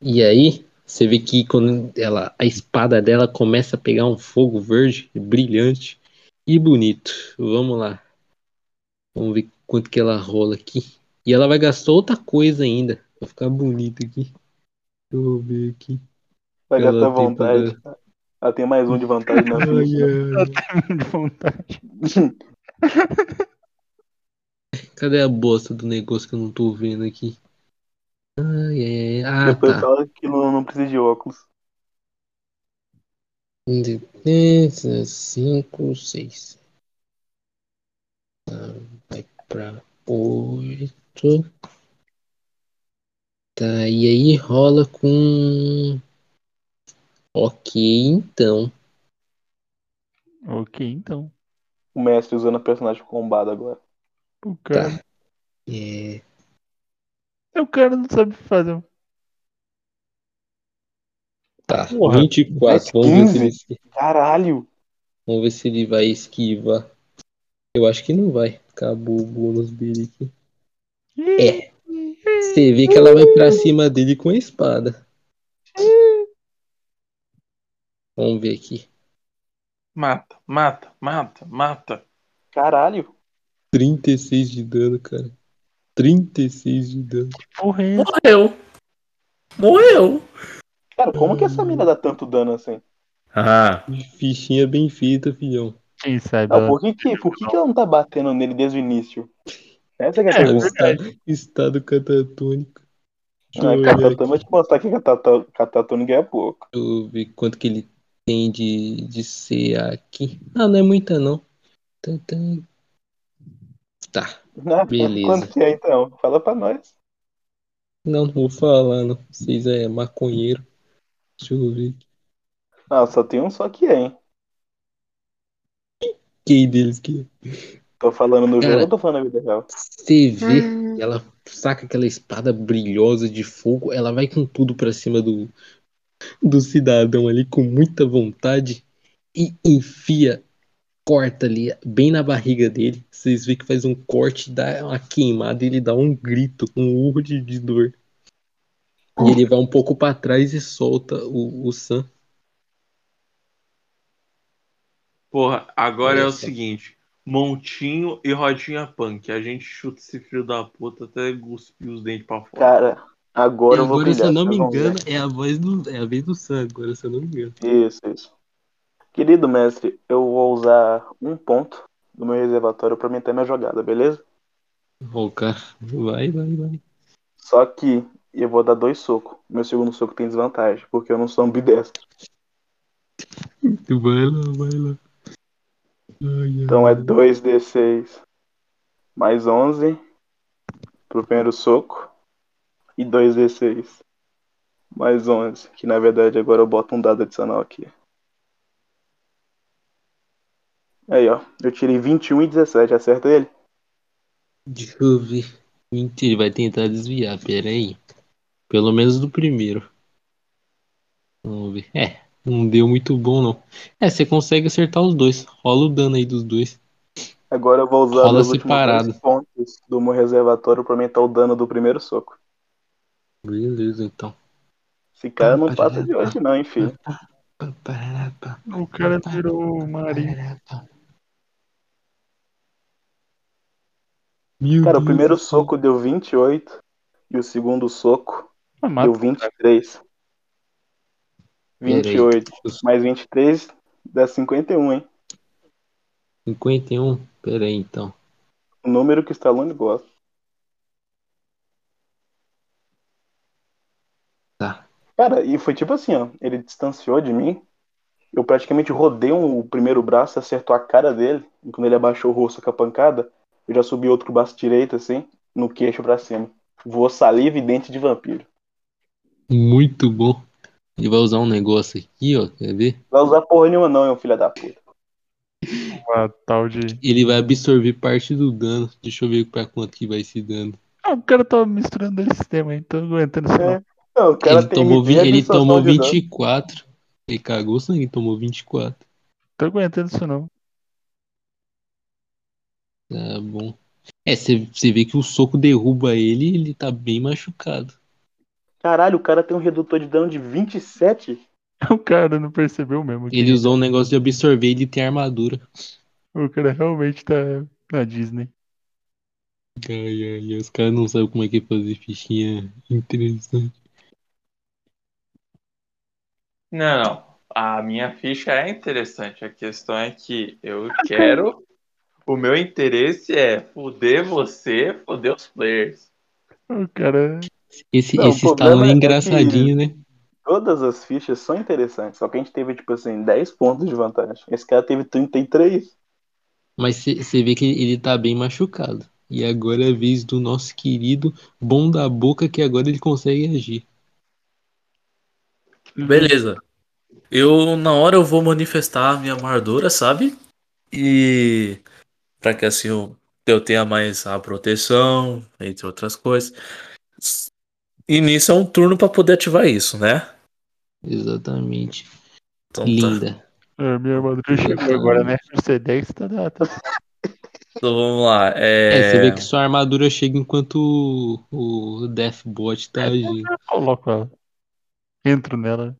Speaker 1: E aí, você vê que quando ela, a espada dela começa a pegar um fogo verde, brilhante e bonito. Vamos lá. Vamos ver quanto que ela rola aqui. E ela vai gastar outra coisa ainda. Vai ficar bonito aqui. Deixa eu ver aqui.
Speaker 4: Vai
Speaker 1: Ela
Speaker 4: gastar
Speaker 1: tem
Speaker 4: vontade. Ela tem mais um de vantagem na ficha.
Speaker 1: Ai, ai.
Speaker 5: De vontade.
Speaker 1: Cadê a bosta do negócio que eu não tô vendo aqui? Ai, ai, ai. Ah,
Speaker 4: Depois
Speaker 1: tá.
Speaker 4: fala que não, não precisa de óculos.
Speaker 1: Um, 5, 6. Ah, Vai pra 8. Tá, e aí rola com. Ok, então.
Speaker 5: Ok, então.
Speaker 4: O mestre usando a personagem combada agora.
Speaker 5: O
Speaker 3: Tá.
Speaker 5: cara. é,
Speaker 1: É,
Speaker 5: O cara não sabe fazer. um
Speaker 1: tá,
Speaker 5: Porra,
Speaker 1: 24. Vamos ver, se ele, esqui-
Speaker 4: Caralho!
Speaker 1: vamos ver se ele vai esquivar. Eu acho que não vai. Acabou o bônus dele aqui. É. Você vê que ela vai pra cima dele com a espada. Vamos ver aqui.
Speaker 3: Mata, mata, mata, mata.
Speaker 4: Caralho!
Speaker 1: 36 de dano, cara. 36 de dano.
Speaker 5: Porra, é essa?
Speaker 2: Morreu. Morreu.
Speaker 4: Cara, como que essa mina dá tanto dano assim?
Speaker 2: Ah,
Speaker 1: Fichinha bem feita, filhão.
Speaker 5: Quem sabe?
Speaker 3: Tá
Speaker 4: Não,
Speaker 5: né? ela-
Speaker 4: Ah, por que, que, por que, que ela não tá batendo nele desde o início? Essa que é a
Speaker 5: É,
Speaker 1: Ela
Speaker 4: pergunta.
Speaker 1: está estado catatônico. Deixa eu,
Speaker 4: Ah,
Speaker 1: olhar
Speaker 4: catatônica,
Speaker 1: aqui.
Speaker 4: vou te mostrar que catata- catatônica é pouco.
Speaker 1: Deixa eu ver quanto que ele tem de, de CA aqui. Ah, não é muita, não. Tá, tá. Tá.
Speaker 4: Ah,
Speaker 1: Beleza.
Speaker 4: Quanto que é então? Fala pra nós.
Speaker 1: Não, não vou falar, não. Vocês é maconheiro. Deixa eu ver aqui.
Speaker 4: Ah, só tem um só que é, hein?
Speaker 1: Quem deles que
Speaker 4: Tô falando no
Speaker 1: Cara.
Speaker 4: jogo ou tô falando na vida real?
Speaker 1: Você vê que ela saca aquela espada brilhosa de fogo, ela vai com tudo pra cima do, do cidadão ali, com muita vontade, e enfia, corta ali, bem na barriga dele. Vocês vê que faz um corte, dá uma queimada e ele dá um grito, um urro de, de dor. E ele vai um pouco pra trás e solta o, o Sam.
Speaker 6: Porra, agora é o
Speaker 1: Eita.
Speaker 6: seguinte: Montinho e Rodinha Punk. A gente chuta esse filho da puta até cuspir os dentes pra fora.
Speaker 4: Cara, agora
Speaker 1: e
Speaker 4: eu vou tá
Speaker 1: agora, se
Speaker 4: brilhar.
Speaker 1: eu não me
Speaker 4: vocês vão ver.
Speaker 1: engano, é a voz do. É a vez do Sam, agora, se eu não me engano.
Speaker 4: Isso, isso. Querido mestre, eu vou usar um ponto do meu reservatório pra aumentar minha jogada, beleza?
Speaker 1: Ô, cara, vai, vai, vai.
Speaker 4: Só que eu vou dar dois socos. Meu segundo soco tem desvantagem, porque eu não sou um ambidestro.
Speaker 1: Vai lá, vai lá. Ai, ai.
Speaker 4: Então é 2d6 mais 11 pro primeiro soco e 2d6 mais 11, que na verdade agora eu boto um dado adicional aqui. Aí, ó, eu tirei 21 e 17, acerta ele?
Speaker 1: Deixa eu ver. Mentira, ele vai tentar desviar, pera aí. Pelo menos do primeiro. Vamos ver. É, não deu muito bom, não. É, você consegue acertar os dois. Rola o dano aí dos dois.
Speaker 4: Agora eu vou usar
Speaker 1: Rola
Speaker 4: os últimos
Speaker 1: separado.
Speaker 4: dois pontos do meu reservatório pra aumentar o dano do primeiro soco.
Speaker 1: Beleza, então.
Speaker 4: Esse cara não passa de hoje não, hein, filho.
Speaker 1: Pá, parará, pá,
Speaker 5: O cara virou o Marinho.
Speaker 1: parará, pá. Meu
Speaker 4: Cara, o
Speaker 1: Deus
Speaker 4: primeiro
Speaker 1: do céu.
Speaker 4: soco deu 28 e o segundo soco
Speaker 5: Ah,
Speaker 4: deu
Speaker 5: mata.
Speaker 4: 23. 28 mais 23 dá 51, hein?
Speaker 1: 51? Pera aí, então.
Speaker 4: O número que o Stallone gosta.
Speaker 1: Tá.
Speaker 4: Cara, e foi tipo assim, ó. Ele distanciou de mim. Eu praticamente rodei um- o primeiro braço, acertou a cara dele. E quando ele abaixou o rosto com a pancada, eu já subi outro braço direito, assim, no queixo pra cima. Voou saliva e dente de vampiro.
Speaker 1: Muito bom. Ele vai usar um negócio aqui, ó. Quer ver?
Speaker 4: Vai usar porra nenhuma não, é um filho da puta.
Speaker 5: Uma tal de.
Speaker 1: Ele vai absorver parte do dano. Deixa eu ver pra quanto que vai esse dano.
Speaker 5: Ah, o cara tava misturando dois sistemas, hein? Tô aguentando
Speaker 3: É.
Speaker 5: isso não.
Speaker 4: Não, o cara
Speaker 1: ele,
Speaker 4: tem
Speaker 1: tomou, vi-
Speaker 4: ideia de
Speaker 1: ele
Speaker 4: absorção
Speaker 1: tomou
Speaker 4: de dano.
Speaker 1: 24. Ele cagou sangue, tomou 24.
Speaker 5: Tô aguentando isso não.
Speaker 1: Tá bom. É, você vê que o soco derruba ele e ele tá bem machucado.
Speaker 4: Caralho, o cara tem um redutor de dano de 27?
Speaker 5: O cara não percebeu mesmo. que
Speaker 1: Ele usou um negócio de absorver ele tem armadura.
Speaker 5: O cara realmente tá na Disney.
Speaker 1: Ai, ai, ai, os caras não sabem como é que é fazer fichinha interessante.
Speaker 3: Não, não. A minha ficha é interessante. A questão é que eu quero. O meu interesse é foder você, foder os players.
Speaker 5: O cara.
Speaker 1: Esse,
Speaker 4: Não, o
Speaker 1: esse
Speaker 4: problema
Speaker 1: Stallone é
Speaker 4: é que-
Speaker 1: engraçadinho, né?
Speaker 4: Todas as fichas são interessantes, só que a gente teve, tipo assim, 10 pontos de vantagem. Esse cara teve 33.
Speaker 1: Mas você vê que ele tá bem machucado. E agora é a vez do nosso querido bom da boca que agora ele consegue agir.
Speaker 2: Beleza. Eu, na hora, eu vou manifestar a minha amargura, sabe? E para que assim eu, eu tenha mais a proteção, entre outras coisas. E nisso é um turno para poder ativar isso, né?
Speaker 1: Exatamente.
Speaker 2: Então tá.
Speaker 1: Linda.
Speaker 5: É, minha armadura chegou agora, né? O C10 tá, tá, tá
Speaker 2: Então vamos lá.
Speaker 1: É, você vê
Speaker 2: É...
Speaker 1: que sua armadura chega enquanto o, o Deathbot tá agindo.
Speaker 5: Eu coloco ela. Entro nela.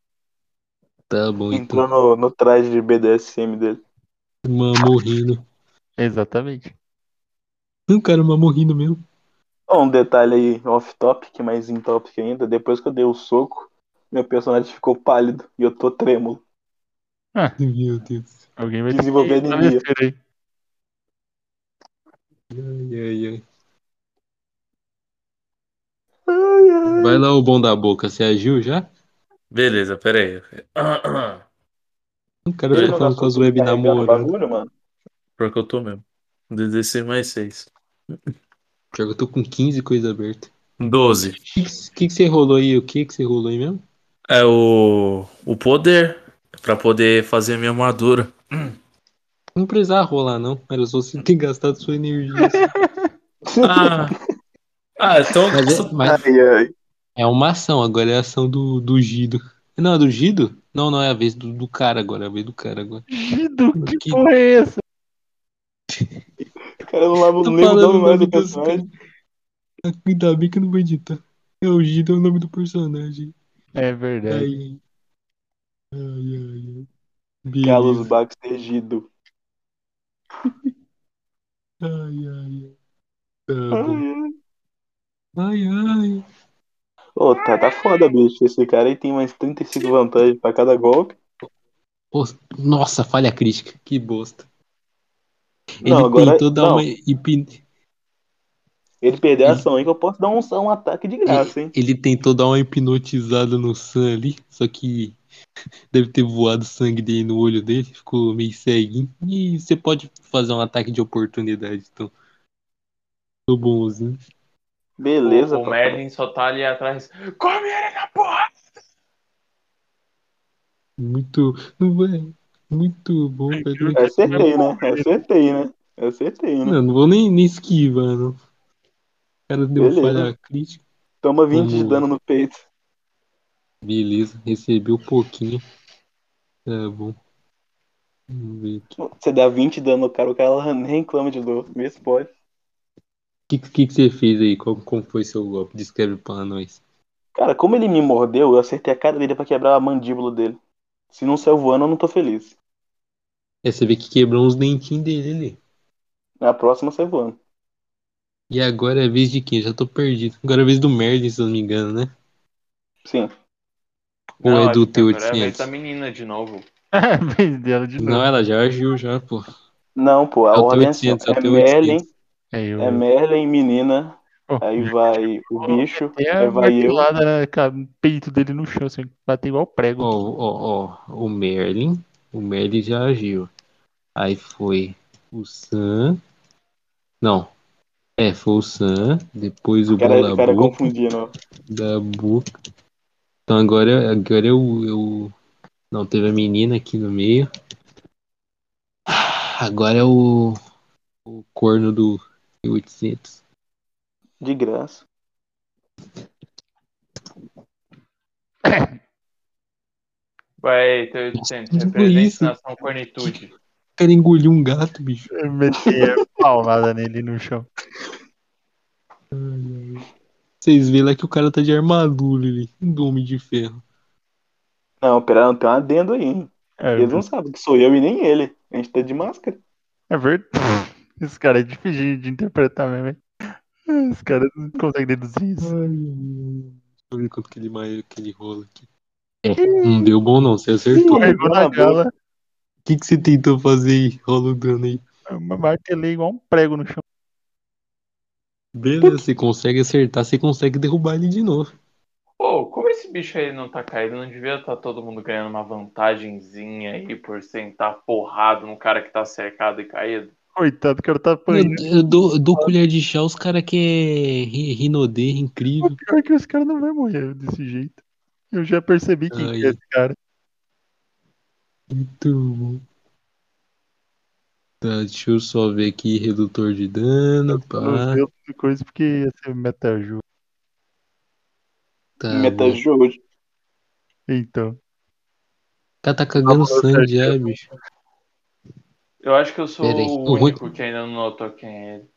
Speaker 1: Tá bom, então.
Speaker 4: Entrou no, no traje de BDSM dele.
Speaker 1: Mamou rindo.
Speaker 5: Exatamente.
Speaker 1: Não, cara, mamou rindo mesmo.
Speaker 4: Ó, um detalhe aí off-topic, mas em topic ainda. Depois que eu dei o soco, meu personagem ficou pálido e eu tô trêmulo.
Speaker 1: Meu Deus.
Speaker 5: Alguém vai ter
Speaker 4: Desenvolver
Speaker 5: que
Speaker 4: anemia.
Speaker 5: travesseiro aí.
Speaker 1: Ai, ai, ai. Vai lá, o bom da boca. Você agiu já?
Speaker 2: Beleza, peraí.
Speaker 1: O cara
Speaker 4: Ele
Speaker 1: tá
Speaker 4: não
Speaker 1: falando
Speaker 4: gastou
Speaker 1: com as
Speaker 4: tudo
Speaker 1: web
Speaker 4: carregando o
Speaker 1: namoradas.
Speaker 4: bagulho, mano?
Speaker 2: Pior que eu tô mesmo. 16 mais 6.
Speaker 1: Pior que Eu tô com 15 coisa aberta.
Speaker 2: 12.
Speaker 1: O que, que você rolou aí? O que, que você rolou aí mesmo?
Speaker 2: É o. O É poder. Pra poder fazer minha armadura.
Speaker 1: Não precisava rolar, não. Era só você ter gastado sua energia. assim.
Speaker 2: Ah, ah então.
Speaker 1: Mas, é, mas
Speaker 4: Ai, ai.
Speaker 1: é uma ação, agora é a ação do, do Gido. Não, é do Gido? Não, não, é a vez do, do cara agora, é a vez do cara agora.
Speaker 5: Gido, que,
Speaker 1: Que-
Speaker 5: porra é essa?
Speaker 4: O cara não lava
Speaker 1: Tô
Speaker 4: não lembra o
Speaker 1: falando
Speaker 4: nome
Speaker 1: nome
Speaker 4: mais do
Speaker 1: dos
Speaker 4: personagem.
Speaker 1: caras. Ainda bem que eu não vou editar. É o Gido, é o nome do personagem.
Speaker 5: É
Speaker 1: Ai,
Speaker 5: verdade.
Speaker 1: ai, ai, ai. ai.
Speaker 4: Carlos
Speaker 1: Beleza.
Speaker 4: Baxter Gido.
Speaker 1: Ai, ai, ai. Tá bom.
Speaker 4: Ai, ai.
Speaker 1: Ai, ai.
Speaker 4: Ô, tá, tá foda, bicho. Esse cara aí tem mais 35 vantagens pra cada golpe.
Speaker 1: Pô, Nossa, falha crítica. Que bosta. Ele
Speaker 4: Não, agora-
Speaker 1: tentou dar
Speaker 4: não.
Speaker 1: uma. Hum. e pin-
Speaker 4: Ele perdeu a
Speaker 1: Ele-
Speaker 4: ação aí que eu posso dar um, um ataque de graça, hein?
Speaker 1: Ele tentou dar uma hipnotizada no Sam ali, só que deve ter voado sangue dele no olho dele, ficou meio ceguinho. E você pode fazer um ataque de oportunidade, então. Tô bonzinho.
Speaker 4: Beleza,
Speaker 3: o, o
Speaker 4: papai.
Speaker 3: Merlin só tá ali atrás. Come ele na porra!
Speaker 1: Muito. não é, Muito bom, velho.
Speaker 4: Acertei, né? Acertei, né? Acertei, né?
Speaker 1: Não, não vou nem, nem esquivar, não. O cara deu
Speaker 4: Beleza.
Speaker 1: falha crítica.
Speaker 4: Toma 20 de
Speaker 1: Vamos-
Speaker 4: dano no peito.
Speaker 1: Beleza, recebeu um pouquinho. Tá bom. Vamos ver aqui.
Speaker 4: Você dá 20 de dano no cara, o cara lá nem reclama de dor. Vê se pode.
Speaker 1: O que, que, que você fez aí? Como, como foi seu golpe? Descreve pra nós.
Speaker 4: Cara, como ele me mordeu, eu acertei a cara dele pra quebrar a mandíbula dele. Se não saiu voando, eu não tô feliz.
Speaker 1: É, você vê que quebrou uns dentinhos dele ali.
Speaker 4: Na próxima sai voando.
Speaker 1: E agora é a vez de quem? Já tô perdido. Agora é a vez do Merlin, se eu não me engano, né?
Speaker 4: Sim.
Speaker 1: Ou é do
Speaker 3: agora é a vez
Speaker 1: T800?
Speaker 3: da menina de novo.
Speaker 5: É, vez dela de
Speaker 1: Uhum. Não,
Speaker 5: novo.
Speaker 1: ela já agiu, já, pô.
Speaker 4: Não, pô,
Speaker 1: É
Speaker 4: a
Speaker 1: o
Speaker 4: ordem é assim.
Speaker 1: T800, é o
Speaker 4: É
Speaker 1: T800.
Speaker 4: Merlin,
Speaker 5: É eu.
Speaker 1: né?
Speaker 4: é Merlin, menina,
Speaker 5: Oh,
Speaker 4: aí vai o bicho,
Speaker 5: É
Speaker 4: aí
Speaker 5: a
Speaker 4: vai eu.
Speaker 5: martelada né, com o peito dele no chão, assim, bater igual prego.
Speaker 1: Ó, ó, ó. O Merlin. O Merlin já agiu. Aí foi o Sam. Não. É, foi o Sam. Depois o
Speaker 4: O cara, o cara
Speaker 1: Bolabu.
Speaker 4: confundindo. ó.
Speaker 1: da boca. Então agora, agora eu, eu. Não, teve a menina aqui no meio. Agora é o. O corno do 800.
Speaker 4: De graça.
Speaker 3: Vai, T800,
Speaker 1: Nossa, que
Speaker 3: represente
Speaker 1: isso?
Speaker 3: nação cornitude.
Speaker 1: O cara engoliu um gato, bicho.
Speaker 5: Eu meti a paulada nele no chão.
Speaker 1: Vocês veem lá que o cara tá de armadura ali. Um homem de ferro.
Speaker 4: Não, pera, não tem um adendo aí, hein?
Speaker 5: É,
Speaker 4: Eles não sabem que sou eu e nem ele. A gente tá de máscara.
Speaker 5: é verdade. Esse cara é difícil de interpretar mesmo, hein? Esse cara não consegue deduzir isso.
Speaker 1: Deixa eu ver quanto que ele, mai- que ele rola aqui. É, não deu bom não, você acertou. O
Speaker 4: Ih.
Speaker 5: Pegou na gala,
Speaker 1: que, que você tentou fazer aí? Rola o dano aí.
Speaker 5: martelei igual um prego no chão.
Speaker 1: Beleza, você consegue acertar, você consegue derrubar ele de novo.
Speaker 3: Pô, como esse bicho aí não tá caído, não devia estar todo mundo ganhando uma vantagenzinha aí por sentar porrado no cara que tá cercado e caído?
Speaker 5: Coitado, o cara tá apanhando.
Speaker 1: Eu, eu dou, eu dou colher de chá, os caras que é ri- rinodê, incrível.
Speaker 5: O pior é que os caras não vão morrer desse jeito. Eu já percebi quem
Speaker 1: Ai.
Speaker 5: que é esse cara.
Speaker 1: Muito bom. Tá, deixa eu só ver aqui, redutor de dano,
Speaker 4: Ah.
Speaker 5: Não
Speaker 1: pá.
Speaker 5: sei outra coisa porque ia ser metajogo.
Speaker 1: Tá,
Speaker 4: Meta
Speaker 1: bom.
Speaker 4: jogo.
Speaker 5: Então,
Speaker 1: o cara tá cagando
Speaker 5: Agora eu
Speaker 1: sangue já, bicho.
Speaker 3: Eu acho que eu sou
Speaker 1: Pera aí,
Speaker 3: o
Speaker 1: o Rui-
Speaker 3: único que ainda não notou quem é ele.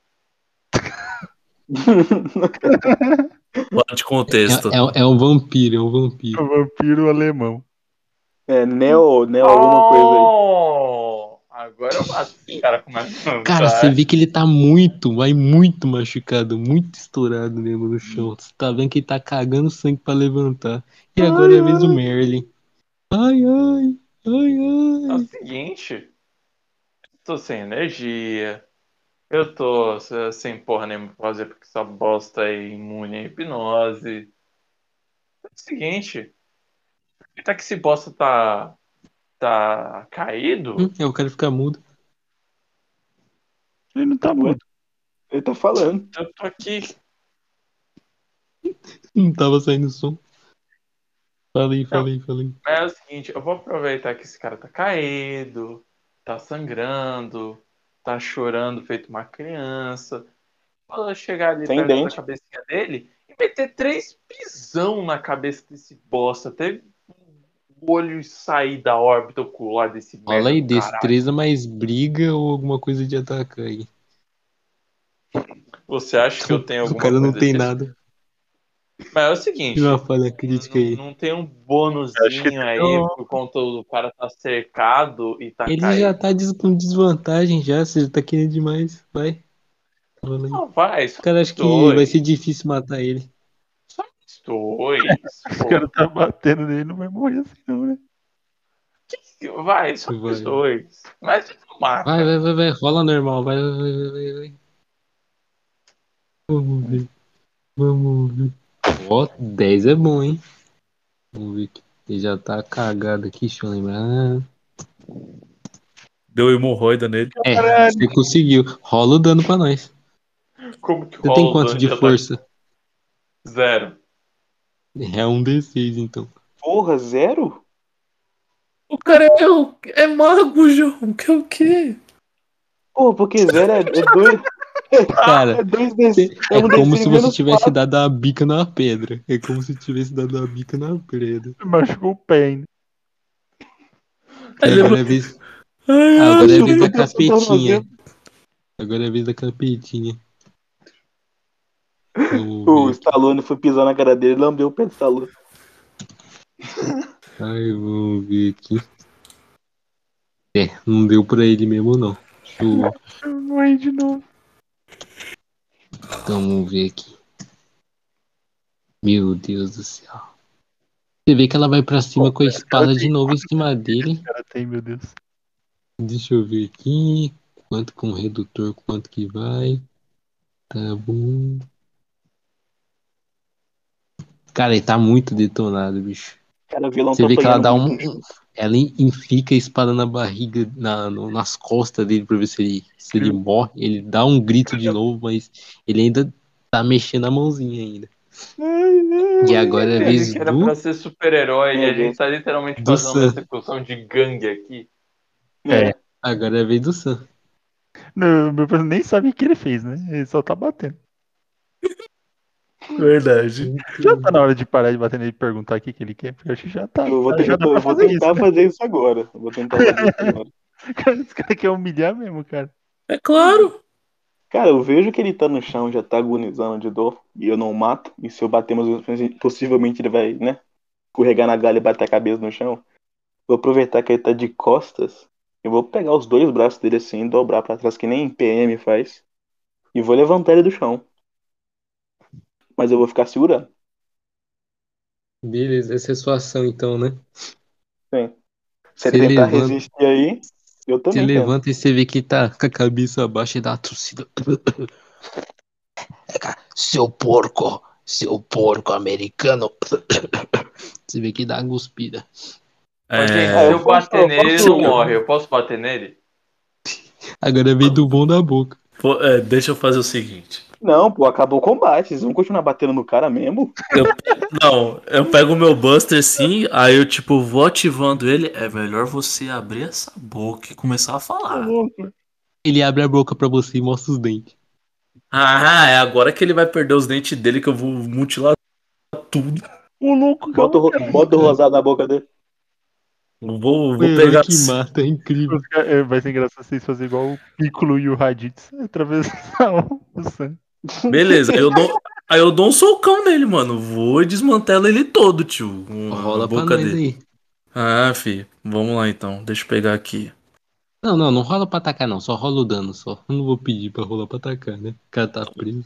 Speaker 2: Fora de contexto.
Speaker 1: É, é- é um vampiro, é um vampiro.
Speaker 5: o vampiro alemão.
Speaker 4: É, Neo,
Speaker 5: Oh!
Speaker 4: Neo alguma coisa aí.
Speaker 3: Oh, Agora eu mato esse cara com mais
Speaker 1: Cara, você vê que ele tá muito, vai muito machucado, muito estourado mesmo no chão. Você tá vendo que ele tá cagando sangue pra levantar. E agora é a vez do Merlin. Ai, ai, ai,
Speaker 3: É
Speaker 1: ai.
Speaker 3: o seguinte, tô sem energia, eu tô se- sem porra nenhuma pra fazer porque essa bosta é imune à hipnose. É o seguinte, tá que esse bosta tá, tá caído,
Speaker 1: Hum, é, o cara fica mudo.
Speaker 5: Ele não tá morto.
Speaker 4: Ele tá falando.
Speaker 3: eu tô aqui.
Speaker 1: Não tava saindo som. Falei, falei, falei.
Speaker 3: Mas é o seguinte, eu vou aproveitar que esse cara tá caído, tá sangrando, tá chorando feito uma criança. Vou chegar ali
Speaker 4: Sem
Speaker 3: perto
Speaker 4: dente.
Speaker 3: da cabecinha dele e meter três pisão na cabeça desse bosta. Até o olho sair da órbita ocular desse merda
Speaker 1: Fala aí,
Speaker 3: do caralho.
Speaker 1: destreza mais briga ou alguma coisa de atacar aí.
Speaker 3: Você acha que eu tenho
Speaker 1: O
Speaker 3: alguma
Speaker 1: cara não
Speaker 3: coisa
Speaker 1: tem
Speaker 3: desse?
Speaker 1: nada.
Speaker 3: Mas é o seguinte,
Speaker 1: Tira uma falha crítica aí.
Speaker 3: não, não tem um bônusinho aí
Speaker 1: é não.
Speaker 3: por conta do cara tá cercado e tá
Speaker 1: Ele
Speaker 3: caído.
Speaker 1: já tá des- com desvantagem já, você já tá querendo demais. Vai. Fala aí.
Speaker 3: Não vai, só
Speaker 1: O cara acha que
Speaker 3: Dois.
Speaker 1: vai ser difícil matar ele.
Speaker 3: dois.
Speaker 5: O cara tá batendo nele, não vai morrer assim, não, né?
Speaker 3: pô. Vai, só
Speaker 1: Vai.
Speaker 3: dois. Mas não mata.
Speaker 1: Vai, vai, vai, vai. Rola normal. Vai, vai, vai, vai, vai. Vamos ver. Vamos ver. Ó, 10 é bom, hein? Vamos ver aqui. Ele já tá cagado aqui, deixa eu lembrar.
Speaker 2: Deu hemorroida nele.
Speaker 1: É, você conseguiu. Rola o dano pra nós.
Speaker 3: Como que
Speaker 1: Você
Speaker 3: rola
Speaker 1: tem
Speaker 3: o
Speaker 1: quanto
Speaker 3: dano
Speaker 1: de
Speaker 3: ataque?
Speaker 1: força?
Speaker 3: Zero.
Speaker 1: É um D6, então.
Speaker 4: Porra, zero?
Speaker 2: O cara é, o- é mago, João. Que é o quê?
Speaker 4: Porra, porque zero é, é dois.
Speaker 1: Cara,
Speaker 4: É dois desse.
Speaker 1: É,
Speaker 4: um
Speaker 1: como
Speaker 4: desse
Speaker 1: se você
Speaker 4: menos
Speaker 1: tivesse
Speaker 4: quatro.
Speaker 1: dado a bica na pedra. É como se tivesse dado a bica na pedra.
Speaker 5: Machucou o pé ainda.
Speaker 2: Ele
Speaker 1: Agora é
Speaker 2: é-
Speaker 1: a vez,
Speaker 2: Ai, ai,
Speaker 1: agora é a vez
Speaker 4: Deus,
Speaker 1: da
Speaker 4: eu tô
Speaker 1: capetinha.
Speaker 4: tornozelo.
Speaker 1: Agora é a vez da capetinha. Vamos
Speaker 4: O
Speaker 1: ver.
Speaker 4: Stallone foi pisar na cara dele e lambeu o pé do Stallone.
Speaker 1: Ai, vamos ver aqui. É, não deu pra ele mesmo, não. Deixa eu
Speaker 5: Eu morri de novo.
Speaker 1: Então, vamos ver aqui. Meu Deus do céu. Você vê que ela vai pra cima com a espada de novo em cima dele.
Speaker 5: O cara tem, meu Deus.
Speaker 1: Deixa eu ver aqui. Quanto com redutor, quanto que vai? Tá bom. Cara, ele tá muito detonado, bicho.
Speaker 4: Cara, o
Speaker 3: Então,
Speaker 4: vilão
Speaker 1: Você
Speaker 4: tá
Speaker 1: vê que ela
Speaker 4: apanhando
Speaker 1: dá um.
Speaker 4: muito.
Speaker 1: Ela enfica a espada na barriga, na, no- nas costas dele pra ver se ele, se
Speaker 3: Hum.
Speaker 1: ele morre. Ele dá um grito de novo, mas ele ainda tá mexendo a mãozinha ainda. E agora é a
Speaker 3: Ele
Speaker 1: vez
Speaker 3: que era
Speaker 1: do.
Speaker 3: pra ser super-herói e
Speaker 4: Meu
Speaker 3: a gente
Speaker 4: Deus.
Speaker 3: tá literalmente
Speaker 1: Do
Speaker 3: fazendo uma
Speaker 1: Sam.
Speaker 3: execução de gangue aqui.
Speaker 5: É.
Speaker 1: Agora é a vez do Sam.
Speaker 5: Não, meu personagem nem sabe o que ele fez, né? Ele só tá batendo.
Speaker 2: Verdade.
Speaker 5: Já tá na hora de parar de bater nele e perguntar o que, que ele quer, porque eu acho que já
Speaker 1: um
Speaker 5: tá.
Speaker 4: Eu vou, tentar,
Speaker 5: já dá pra
Speaker 4: eu vou
Speaker 5: fazer
Speaker 4: tentar fazer isso agora. Eu vou tentar fazer isso agora.
Speaker 5: isso. Cara, Esse cara quer humilhar mesmo, cara.
Speaker 2: É claro.
Speaker 4: Cara, eu vejo que ele tá no chão, já tá agonizando de dor, e eu não mato. E se eu bater mais uma vez, possivelmente ele vai, né? Escorregar na galha e bater a cabeça no chão. Vou aproveitar que ele tá de costas. Eu vou pegar os dois braços dele assim, dobrar pra trás, que nem PM faz. E vou levantar ele do chão. Mas eu vou ficar segurando.
Speaker 1: Beleza, essa é a sua ação então, né?
Speaker 4: Se
Speaker 1: Se
Speaker 4: ele tentar
Speaker 1: levanta.
Speaker 4: resistir aí, eu
Speaker 1: Você
Speaker 4: também. tento.
Speaker 1: levanta e você vê que ele tá com a cabeça baixa e dá uma tossida. Seu porco, seu porco americano. Você vê que dá uma cuspida.
Speaker 3: Mas, gente,
Speaker 2: É,
Speaker 4: Ah,
Speaker 3: se
Speaker 4: eu
Speaker 3: eu
Speaker 4: posso-
Speaker 3: bater
Speaker 4: eu
Speaker 3: nele, ele
Speaker 4: posso-
Speaker 3: não morre. Eu posso bater nele?
Speaker 1: Agora vem do bom da boca.
Speaker 2: pô, é, deixa eu fazer o seguinte.
Speaker 4: Não, pô, acabou o combate. Vocês vão continuar batendo no cara mesmo?
Speaker 2: Não, eu pego o meu Buster sim, aí eu tipo vou ativando ele. É melhor você abrir essa boca e começar a
Speaker 4: Tá
Speaker 2: falar.
Speaker 1: Ele abre a boca pra você e mostra os dentes.
Speaker 2: Ah, é agora que ele vai perder os dentes dele que eu vou mutilar tudo.
Speaker 4: Um
Speaker 5: O louco
Speaker 4: Bota o, ro- bota o rosado na boca dele.
Speaker 2: Eu Vou,
Speaker 1: O
Speaker 2: vou
Speaker 1: herói
Speaker 2: pegar.
Speaker 1: que mata, é incrível.
Speaker 5: Os cara- é, Vai ser engraçado vocês fazerem igual o Piccolo e o Raditz atravessar um o o sangue.
Speaker 2: Beleza, aí eu dou, aí eu dou um socão nele, mano. Vou e desmantelo ele todo, tio. Com a
Speaker 1: Rola pra
Speaker 2: boca
Speaker 1: nós
Speaker 2: dele.
Speaker 1: aí.
Speaker 2: Ah, fi, vamos lá então. Deixa eu pegar aqui.
Speaker 1: Não, não, não rola pra atacar não, só rola o dano só. Eu não vou pedir pra rolar pra atacar, né? O cara tá preso.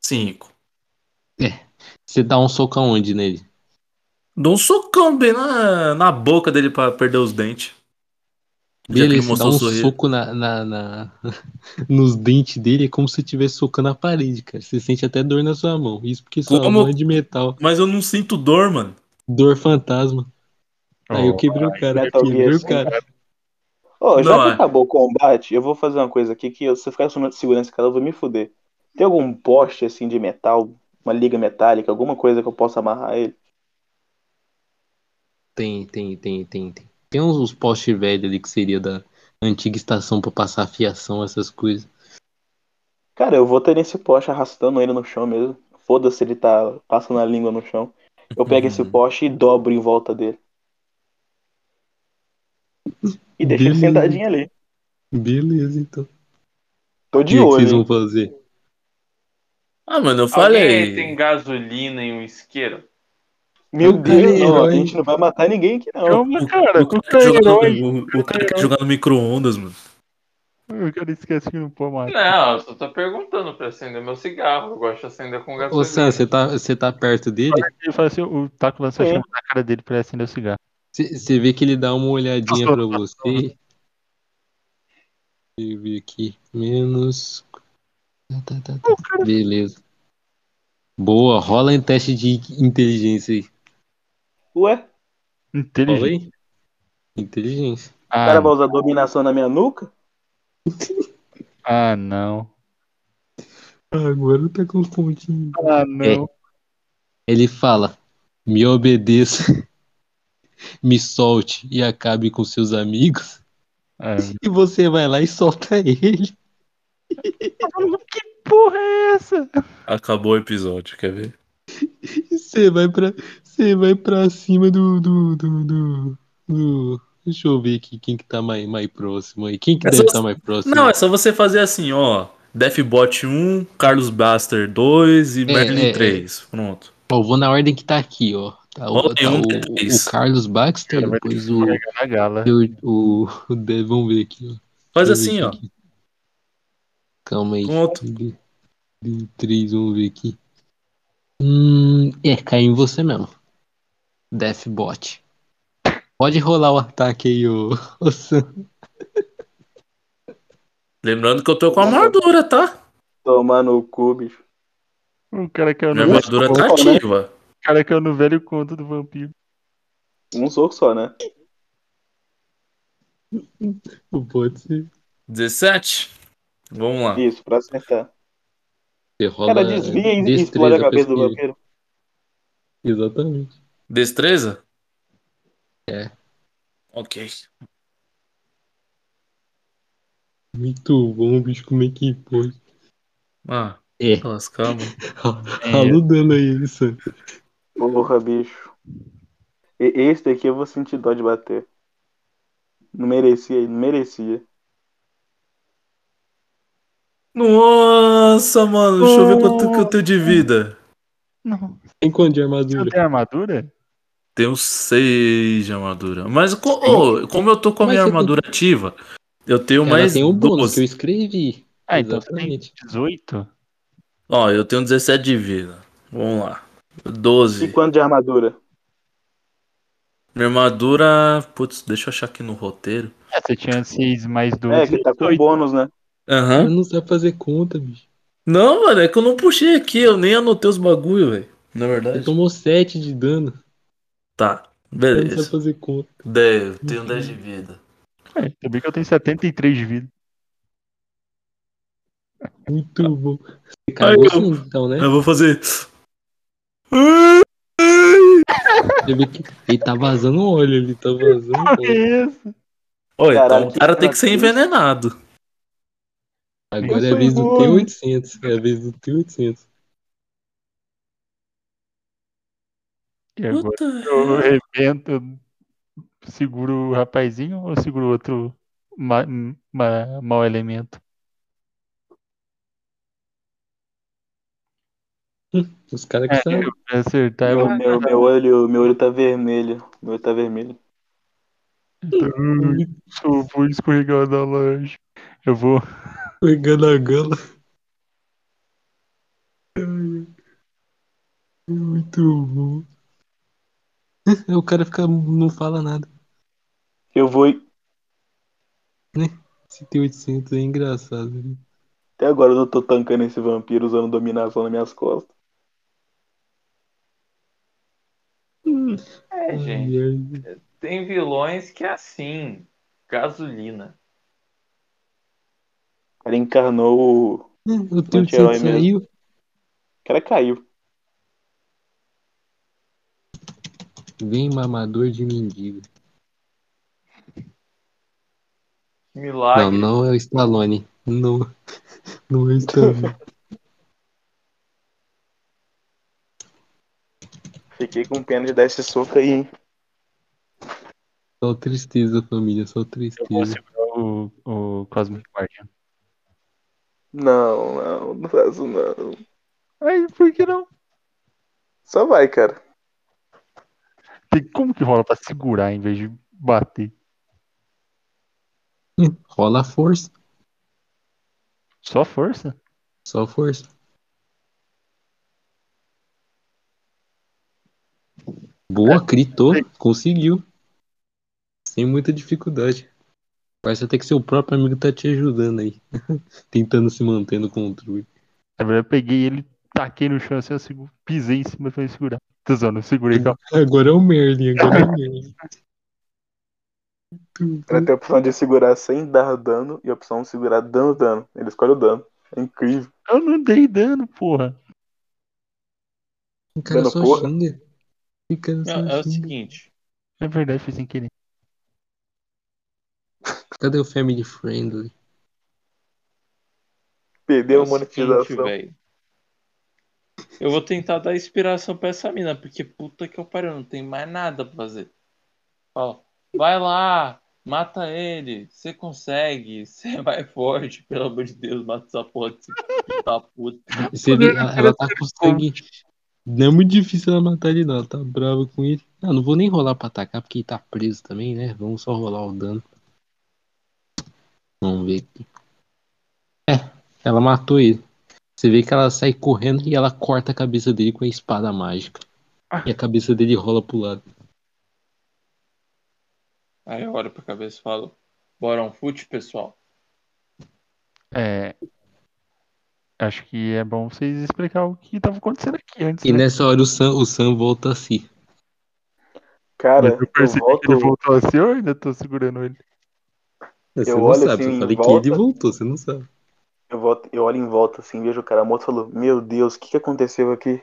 Speaker 2: Cinco.
Speaker 1: Você dá um soco aonde nele?
Speaker 2: Dou um socão bem na, na boca dele pra perder os dentes. Já que ele
Speaker 1: Beleza, dá
Speaker 2: mostrou
Speaker 1: um
Speaker 2: o sorriso.
Speaker 1: soco na, na- na- nos dentes dele, é como se você estivesse socando a parede, cara. Você sente até dor na sua mão. Isso porque sua
Speaker 2: Como?
Speaker 1: mão é de metal.
Speaker 2: Mas eu não sinto dor, mano.
Speaker 1: Dor fantasma. Aí eu quebrei o cara,
Speaker 4: Oh, Metal Gear
Speaker 1: quebrei o
Speaker 4: cinco.
Speaker 1: cara.
Speaker 4: Ó, já
Speaker 2: Não,
Speaker 4: que
Speaker 2: é.
Speaker 4: acabou o combate, eu vou fazer uma coisa aqui que eu- se eu ficar segurando esse cara, eu vou me fuder. Tem algum poste assim de metal, uma liga metálica, alguma coisa que eu possa amarrar ele?
Speaker 1: Tem, tem, tem, tem, tem. Tem uns, uns postes velhos ali que seria da antiga estação pra passar fiação, essas coisas.
Speaker 4: Cara, eu vou ter nesse poste arrastando ele no chão mesmo. Foda-se se ele tá passando a língua no chão. Eu pego esse
Speaker 2: Uhum.
Speaker 4: poste e dobro em volta dele. E deixo ele
Speaker 1: Beleza.
Speaker 4: sentadinho ali.
Speaker 1: Beleza, então.
Speaker 4: Tô
Speaker 1: e
Speaker 4: Tá de
Speaker 1: aí, o que
Speaker 4: olho.
Speaker 1: vocês
Speaker 4: hein?
Speaker 1: vão fazer?
Speaker 2: Ah, mano, eu
Speaker 3: Alguém
Speaker 2: falei.
Speaker 3: aí tem gasolina e um isqueiro?
Speaker 4: Meu
Speaker 1: Eu
Speaker 4: Deus,
Speaker 1: quero
Speaker 4: não, a
Speaker 1: herói.
Speaker 4: gente não vai matar ninguém aqui não.
Speaker 5: Calma,
Speaker 2: O,
Speaker 5: É cara.
Speaker 2: o
Speaker 5: Tu
Speaker 2: cara
Speaker 5: é herói.
Speaker 2: jogando, o, o cara tá
Speaker 5: herói.
Speaker 2: jogando micro-ondas, mano.
Speaker 5: O cara esquece que não pode mais.
Speaker 3: Não, eu só tô perguntando pra acender meu cigarro. Eu gosto de acender com gasolina.
Speaker 1: Ô, Sam, você tá, você tá perto dele?
Speaker 5: Ele fala assim, o Taco lança a
Speaker 4: Sim.
Speaker 5: chama na cara dele pra ele acender o cigarro.
Speaker 1: Você você vê que ele dá uma olhadinha pra você. Deixa eu ver aqui. Menos. Tá, tá, tá, tá. Beleza. Boa, rola em teste de inteligência aí.
Speaker 4: Ué,
Speaker 1: Rola
Speaker 5: Inteligente.
Speaker 1: aí. Inteligência.
Speaker 4: o
Speaker 5: Ah,
Speaker 4: cara vai usar dominação na minha nuca?
Speaker 5: ah, não.
Speaker 1: Agora tá com pontinho.
Speaker 5: Ah, não.
Speaker 1: Ele fala: me obedeça, me solte e acabe com seus amigos.
Speaker 5: Ah,
Speaker 1: E você vai lá e solta ele.
Speaker 5: porra é essa?
Speaker 2: Acabou o episódio, quer ver?
Speaker 1: E você vai pra, você vai pra cima do, do, do, do, do- Deixa eu ver aqui quem que tá mais, mais próximo aí. Quem que
Speaker 2: Essa
Speaker 1: deve
Speaker 2: você-
Speaker 1: estar mais próximo?
Speaker 2: Não, é só você fazer assim, ó. Defbot 1, Carlos Blaster 2 e Merlin
Speaker 1: é, é.
Speaker 2: 3. Pronto.
Speaker 1: Ó, eu vou na ordem que tá aqui, ó. Tá, o,
Speaker 2: Ordem
Speaker 1: tá
Speaker 2: um,
Speaker 1: o-
Speaker 2: dois, três.
Speaker 1: o Carlos Baxter,
Speaker 5: é Cara, vai
Speaker 1: depois o,
Speaker 5: Pega é na gala.
Speaker 1: o, o Dev, vamos ver aqui, ó.
Speaker 2: Faz
Speaker 1: Deixa eu ver
Speaker 2: assim, ó.
Speaker 1: aqui. Calma aí.
Speaker 2: Pronto.
Speaker 1: De- de Três, vamos ver aqui. Hum, é, caiu em você mesmo. Deathbot. Pode rolar o ataque aí, ô, ô Sam.
Speaker 2: Lembrando que eu tô com a armadura, tá?
Speaker 4: Tomar no cu, bicho.
Speaker 5: O cara que é o
Speaker 2: Minha
Speaker 5: no...
Speaker 4: Mas-
Speaker 2: armadura tá
Speaker 4: Bom, né?
Speaker 2: ativa.
Speaker 5: o cara que é o no velho conto do vampiro.
Speaker 4: Um soco só, né?
Speaker 1: Pode ser.
Speaker 2: 17. Vamos lá.
Speaker 4: Isso, pra acertar.
Speaker 1: Você
Speaker 4: O
Speaker 1: rola
Speaker 4: cara desvia e
Speaker 1: destreza
Speaker 4: explode a
Speaker 1: pra
Speaker 4: cabeça do
Speaker 1: esquivar.
Speaker 4: vampiro.
Speaker 1: Exatamente.
Speaker 2: Destreza?
Speaker 1: É.
Speaker 2: Ok.
Speaker 1: Muito bom, bicho, como é que pode?
Speaker 2: Ah,
Speaker 1: É.
Speaker 2: elas calma.
Speaker 1: Aludando Tá aí, Sam.
Speaker 4: Porra, bicho. E- esse daqui eu vou sentir dó de bater. Não merecia, não merecia.
Speaker 2: Nossa, mano. Deixa eu ver quanto que eu tenho de vida.
Speaker 5: Não.
Speaker 1: Tem quanto de
Speaker 5: Você não
Speaker 1: armadura?
Speaker 5: tem armadura?
Speaker 2: Tenho 6 de armadura. Mas co- ô, como eu tô com a
Speaker 1: Mas
Speaker 2: minha
Speaker 1: você tem-
Speaker 2: armadura ativa, eu tenho
Speaker 1: Ela
Speaker 2: mais
Speaker 1: tem o bônus que eu
Speaker 2: 12.
Speaker 1: escrevi.
Speaker 5: Ah, então você tem
Speaker 1: Exatamente.
Speaker 5: 18?
Speaker 2: Ó, eu tenho 17 de vida. Vamos lá. 12.
Speaker 4: E quanto de armadura?
Speaker 2: Minha armadura. Putz, deixa eu achar aqui no roteiro.
Speaker 5: É, você tinha 6 mais 12.
Speaker 4: É, que tá com
Speaker 5: 18.
Speaker 4: bônus, né?
Speaker 2: Aham.
Speaker 1: Eu não sei fazer conta, bicho.
Speaker 2: Não, mano, é que eu não puxei aqui. Eu nem anotei os bagulho, velho. Na
Speaker 1: Você
Speaker 2: verdade.
Speaker 1: tomou 7 de dano.
Speaker 2: Tá,
Speaker 1: Eu não sei
Speaker 2: beleza.
Speaker 1: fazer conta.
Speaker 2: Dez, eu tenho 10 de vida.
Speaker 5: É, também que eu tenho 73 de vida. Tá.
Speaker 1: Muito bom. Você cagou
Speaker 2: eu-
Speaker 1: sim, então, né?
Speaker 2: É? Eu vou fazer.
Speaker 1: Você vê que ele tá vazando óleo, ele tá vazando óleo.
Speaker 5: É isso.
Speaker 2: Olha, então
Speaker 4: Caralho,
Speaker 2: o
Speaker 4: que
Speaker 2: cara tem que ser
Speaker 4: fraco isso.
Speaker 2: envenenado.
Speaker 1: Agora é a
Speaker 5: Isso é
Speaker 1: vez do
Speaker 5: bom, hein?
Speaker 1: T800. É a vez do T800.
Speaker 5: E agora
Speaker 2: Puta.
Speaker 5: eu arrebento, eu seguro o rapazinho ou eu seguro outro ma ma mau elemento?
Speaker 1: Os caras que
Speaker 5: É,
Speaker 1: sabem.
Speaker 5: eu pra acertar, eu
Speaker 4: Meu,
Speaker 5: vou.
Speaker 4: meu, meu olho, meu olho tá vermelho. Meu olho tá vermelho.
Speaker 5: Ui, Eu vou escorregar da laje. Eu vou.
Speaker 1: Pegando a gala. Muito bom. O cara fica, não fala nada.
Speaker 4: Eu vou.
Speaker 1: Esse T800 é engraçado. né?
Speaker 4: Até agora eu não tô tancando esse vampiro usando dominação nas minhas costas.
Speaker 1: tá-
Speaker 3: É, gente.
Speaker 1: Ai, ai.
Speaker 3: Tem vilões que é assim. Gasolina.
Speaker 4: O cara encarnou o
Speaker 1: O teu de
Speaker 4: Anti-herói
Speaker 1: santo saiu?
Speaker 4: O cara caiu.
Speaker 1: Vem mamador de mendigo. Não,
Speaker 3: Milagre.
Speaker 1: não é o Stallone. Não, não é o Stallone.
Speaker 4: Fiquei com pena de dar esse soco aí, hein?
Speaker 1: Só tristeza, família. Só
Speaker 5: Eu vou
Speaker 1: tristeza.
Speaker 5: segurar o, o Cosmic Guardian.
Speaker 4: Não, não, não faço não.
Speaker 5: Aí, por que não?
Speaker 4: Só vai, cara.
Speaker 5: Tem como que rola pra segurar em vez de bater?
Speaker 1: Rola a força.
Speaker 5: Só força?
Speaker 1: Só força. Boa, critou. Conseguiu. Sem muita dificuldade. Parece até que seu próprio amigo tá te ajudando aí. Tentando se manter no controle.
Speaker 5: Na verdade, eu peguei ele, taquei no chão assim, eu segu- pisei em cima pra ele segurar. Tô zoando, eu segurei calma.
Speaker 1: Agora é o Merlin, agora é o Merlin.
Speaker 4: Ela tem a opção de segurar sem dar dano e a opção de segurar dando dano. Ele escolhe o dano. É incrível.
Speaker 5: Eu não dei dano, porra.
Speaker 1: O cara
Speaker 4: Dando
Speaker 1: só
Speaker 4: porra.
Speaker 1: xinga. O cara
Speaker 6: É, é
Speaker 1: só
Speaker 6: o
Speaker 1: xinga.
Speaker 6: seguinte.
Speaker 5: É verdade, foi sem querer.
Speaker 1: Cadê o Family Friendly?
Speaker 6: é
Speaker 4: Perdeu a
Speaker 6: o seguinte,
Speaker 4: monetização.
Speaker 6: velho. Eu vou tentar dar inspiração pra essa mina, porque puta que eu pariu, não tem mais nada pra fazer. Ó, vai lá, mata ele, você consegue, você vai forte, pelo amor de Deus, mata essa porra desse filho da puta.
Speaker 1: Você vê, ela, ela tá com sangue. Não é muito difícil ela matar ele, não. Ela tá brava com ele. Ah, não vou nem rolar pra atacar, porque ele tá preso também, né? Vamos só rolar o dano. Vamos ver aqui. É, ela matou ele. Você vê que ela sai correndo e ela corta a cabeça dele com a espada mágica. E a cabeça dele rola pro lado.
Speaker 6: Aí eu olho pra cabeça e falo, bora um fute, pessoal.
Speaker 5: É. Acho que é bom vocês explicar o que tava acontecendo aqui antes.
Speaker 1: E
Speaker 5: né?
Speaker 1: nessa hora o Sam, o Sam volta assim. a si.
Speaker 4: Cara,
Speaker 5: Mas eu
Speaker 4: eu
Speaker 5: percebi que
Speaker 4: volto.
Speaker 5: ele voltou assim, eu ainda tô segurando ele.
Speaker 1: Você
Speaker 4: Eu
Speaker 1: não
Speaker 4: olho
Speaker 1: sabe,
Speaker 4: assim
Speaker 1: eu
Speaker 4: em
Speaker 1: falei
Speaker 4: volta.
Speaker 1: que ele voltou, você não sabe.
Speaker 4: Eu, volto, eu olho em volta assim, vejo o cara morto e falo: Meu Deus, o que, que aconteceu aqui?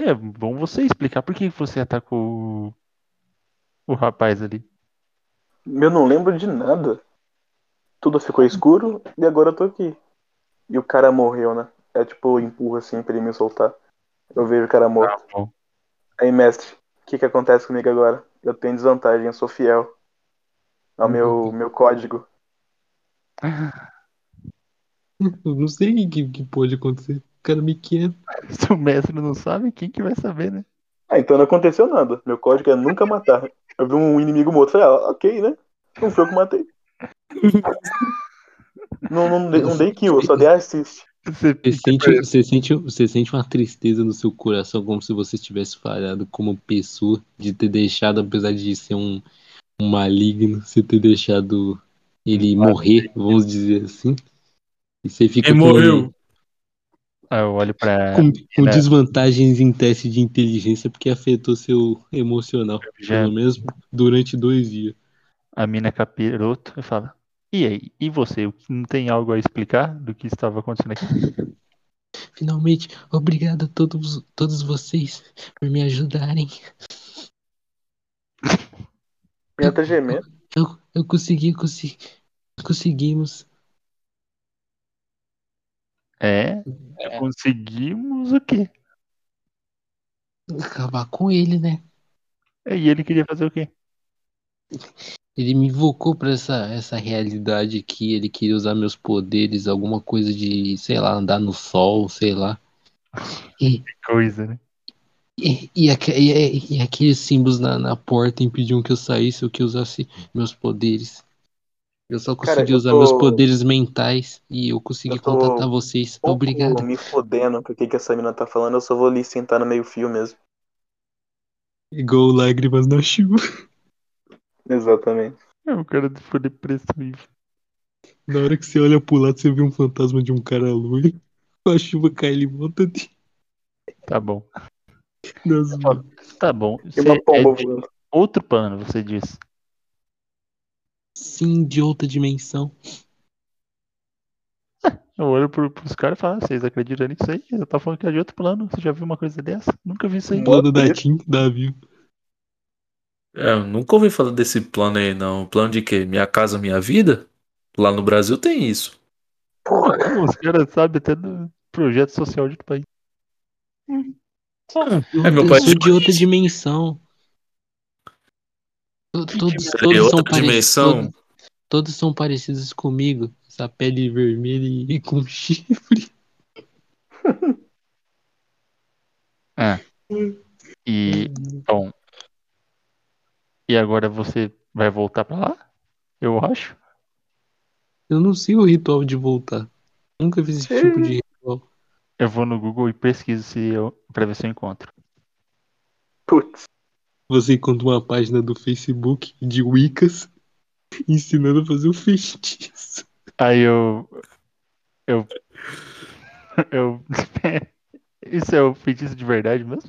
Speaker 5: É bom você explicar por que você atacou o, o rapaz ali.
Speaker 4: Eu não lembro de nada. Tudo ficou escuro e agora eu tô aqui. E o cara morreu, né? É tipo, eu empurro assim pra ele me soltar. Eu vejo o cara morto.
Speaker 5: Ah, bom.
Speaker 4: Aí, mestre, o que, que acontece comigo agora? Eu tenho desvantagem, eu sou fiel
Speaker 5: Uhum.
Speaker 4: ao meu, meu código.
Speaker 1: Eu não sei o que, que pode acontecer. O cara é me quer.
Speaker 5: Se o mestre não sabe, quem que vai saber, né?
Speaker 4: Ah, então não aconteceu nada. Meu código é nunca matar. Eu vi um inimigo morto, falei, ah, ok, né? Não foi eu que matei. Não, não, dei- não dei kill, eu só dei assist.
Speaker 1: Você
Speaker 5: Você fica
Speaker 1: sente, um, você, sente, você sente uma tristeza no seu coração, como se você tivesse falhado como pessoa, de ter deixado, apesar de ser um, um maligno, você ter deixado ele morrer, vamos dizer assim. E você fica
Speaker 2: Ele
Speaker 1: com,
Speaker 2: morreu.
Speaker 5: Ah, Eu olho pra
Speaker 1: com, com
Speaker 5: né?
Speaker 1: desvantagens em teste de inteligência porque afetou seu emocional,
Speaker 5: Já.
Speaker 1: pelo menos durante dois dias.
Speaker 5: a mina capiroto e falo: E aí, e você? O que- Não tem algo a explicar do que estava acontecendo aqui?
Speaker 1: Finalmente, obrigado a todos, todos vocês por me ajudarem.
Speaker 4: Minha tá gemendo.
Speaker 1: Eu, eu consegui, consegui, conseguimos.
Speaker 5: É, conseguimos o quê?
Speaker 1: acabar com ele, né?
Speaker 5: E ele queria fazer o quê?
Speaker 1: Ele me invocou pra essa, essa realidade aqui. Ele queria usar meus poderes, alguma coisa de, sei lá, andar no sol, sei lá.
Speaker 5: Coisa, né?
Speaker 1: E, e, aque- e- e aqueles símbolos na, na porta impediam que eu saísse ou que eu usasse meus poderes. Eu só
Speaker 4: Cara,
Speaker 1: consegui
Speaker 4: eu
Speaker 1: usar
Speaker 4: tô-
Speaker 1: meus poderes mentais e eu um consegui
Speaker 4: Eu tô
Speaker 1: contatar vocês.
Speaker 4: pouco
Speaker 1: Obrigado.
Speaker 4: me fodendo com o que, que essa mina tá falando, eu só vou ali sentar no meio fio mesmo.
Speaker 1: Igual lágrimas na chuva.
Speaker 4: Exatamente.
Speaker 5: É, o cara foi depressivo.
Speaker 1: Na hora que você olha pro lado, você vê um fantasma de um cara loiro. A chuva cai ele volta de...
Speaker 5: Tá bom.
Speaker 1: nas
Speaker 5: Tá bom.
Speaker 4: E
Speaker 5: Você
Speaker 4: uma pomba
Speaker 5: é de
Speaker 4: voando.
Speaker 5: outro plano, você disse.
Speaker 1: Sim, de outra dimensão.
Speaker 5: Eu olho pro, pros caras e falo, "Ah, vocês acreditam nisso aí? Eu tava falando que era de outro plano. Você já viu uma coisa dessa? Nunca vi isso aí.
Speaker 1: O plano da Tim da Vivo.
Speaker 2: É, eu nunca ouvi falar desse plano aí, não. Plano de quê? Minha casa, minha vida? Lá no Brasil tem isso.
Speaker 5: Pô, Os caras sabem até do projeto social de outro país.
Speaker 2: É, meu
Speaker 1: Eu
Speaker 2: pai
Speaker 1: sou
Speaker 2: tinha
Speaker 1: de outra
Speaker 2: isso.
Speaker 1: dimensão. é To- Todos,
Speaker 2: Seria
Speaker 1: todos são
Speaker 2: outra
Speaker 1: parecidos.
Speaker 2: dimensão?
Speaker 1: Todos, todos são parecidos comigo. Essa pele vermelha e, e com chifre.
Speaker 5: E, bom. E agora você vai voltar pra lá? Eu acho.
Speaker 1: Eu não sei o ritual de voltar. Nunca fiz esse tipo de ritual.
Speaker 5: Eu vou no Google e pesquiso se eu, pra ver se eu encontro.
Speaker 4: Putz.
Speaker 1: Você encontra uma página do Facebook de Wiccas ensinando a fazer um feitiço.
Speaker 5: Aí eu. Eu. Eu. Isso é o feitiço de verdade mesmo?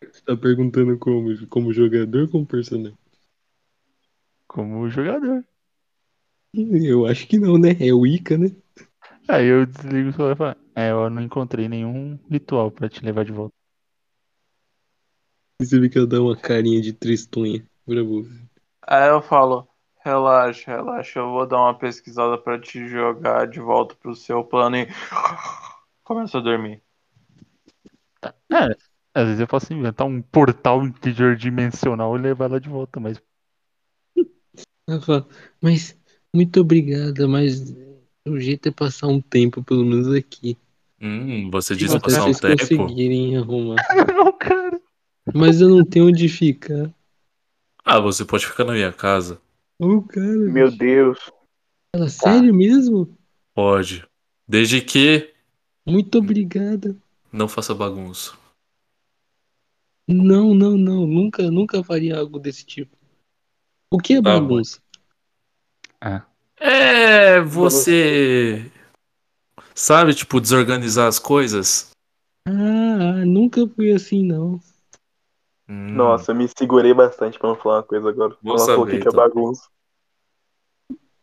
Speaker 1: Você tá perguntando como? Como jogador ou como personagem?
Speaker 5: Como jogador.
Speaker 1: Eu acho que não, né? É Wicca, né?
Speaker 5: Aí eu desligo o celular e falo, é, eu não encontrei nenhum ritual pra te levar de volta.
Speaker 1: E Você vê que ela dá uma carinha de tristonha pra você.
Speaker 3: Aí eu falo, relaxa, relaxa, eu vou dar uma pesquisada pra te jogar de volta pro seu plano e começa a dormir.
Speaker 5: É, às vezes eu posso inventar um portal interdimensional e levar ela de volta, mas
Speaker 1: Ela fala, mas muito obrigada, mas o jeito é passar um tempo, pelo menos aqui.
Speaker 2: Hum, você
Speaker 5: E
Speaker 2: diz
Speaker 1: Até
Speaker 2: passar um
Speaker 1: vocês
Speaker 2: tempo.
Speaker 1: conseguirem arrumar.
Speaker 5: não, cara.
Speaker 1: Mas eu não tenho onde ficar.
Speaker 2: Ah, você pode ficar na minha casa.
Speaker 1: Ô, cara.
Speaker 4: Meu Deus.
Speaker 1: Ela, sério mesmo?
Speaker 2: Pode. Desde que
Speaker 1: Muito obrigada.
Speaker 2: não faça bagunça.
Speaker 1: Não, não, não. Nunca, nunca faria algo desse tipo. O que é
Speaker 2: Tá bom.
Speaker 1: bagunça?
Speaker 2: É, você. Sabe, tipo, desorganizar as coisas?
Speaker 1: Ah, nunca fui assim, não.
Speaker 2: Hum,
Speaker 4: Nossa, eu me segurei bastante pra não falar uma coisa agora.
Speaker 2: Vou
Speaker 4: Quando ela falou
Speaker 2: saber,
Speaker 4: que que é
Speaker 2: então.
Speaker 4: bagunça.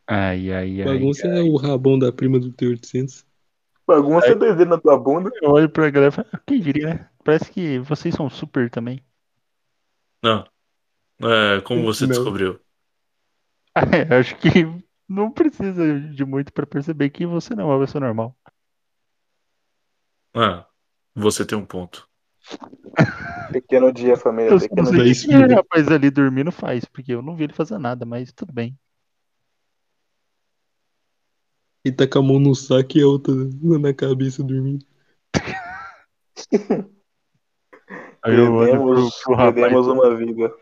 Speaker 5: Ai, ai, ai.
Speaker 1: Bagunça é o rabão da prima do T-800.
Speaker 4: Bagunça é dois dedos na tua bunda.
Speaker 5: Eu olho pra galera e falo, quem diria, né? Parece que vocês são super também.
Speaker 2: Não. É, como você
Speaker 1: Não.
Speaker 2: descobriu?
Speaker 5: É, acho que não precisa de muito pra perceber que você não é uma pessoa normal.
Speaker 2: Ah, você tem um ponto.
Speaker 4: Pequeno dia, família.
Speaker 5: Eu um só não
Speaker 4: pequeno
Speaker 5: sei
Speaker 1: Dá
Speaker 5: o que
Speaker 1: isso,
Speaker 5: aquele
Speaker 1: né?
Speaker 5: rapaz ali dormindo faz, porque eu não vi ele fazer nada, mas tudo bem.
Speaker 1: E tá com a mão no saco e a outra na cabeça dormindo.
Speaker 5: Aí eu olho pro,
Speaker 4: Perdemos,
Speaker 5: pro rapaz.
Speaker 4: perdemos uma vida.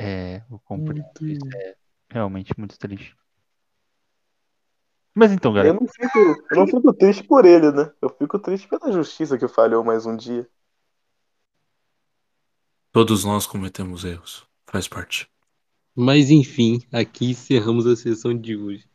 Speaker 5: É, eu compreendo.
Speaker 1: Muito-
Speaker 5: Isso é realmente muito triste. Mas então,
Speaker 4: Eu
Speaker 5: galera,
Speaker 4: não, fico, eu não fico triste por ele, né? Eu fico triste pela justiça que falhou mais um dia.
Speaker 2: Todos nós cometemos erros. Faz parte.
Speaker 1: Mas enfim, aqui encerramos a sessão de hoje.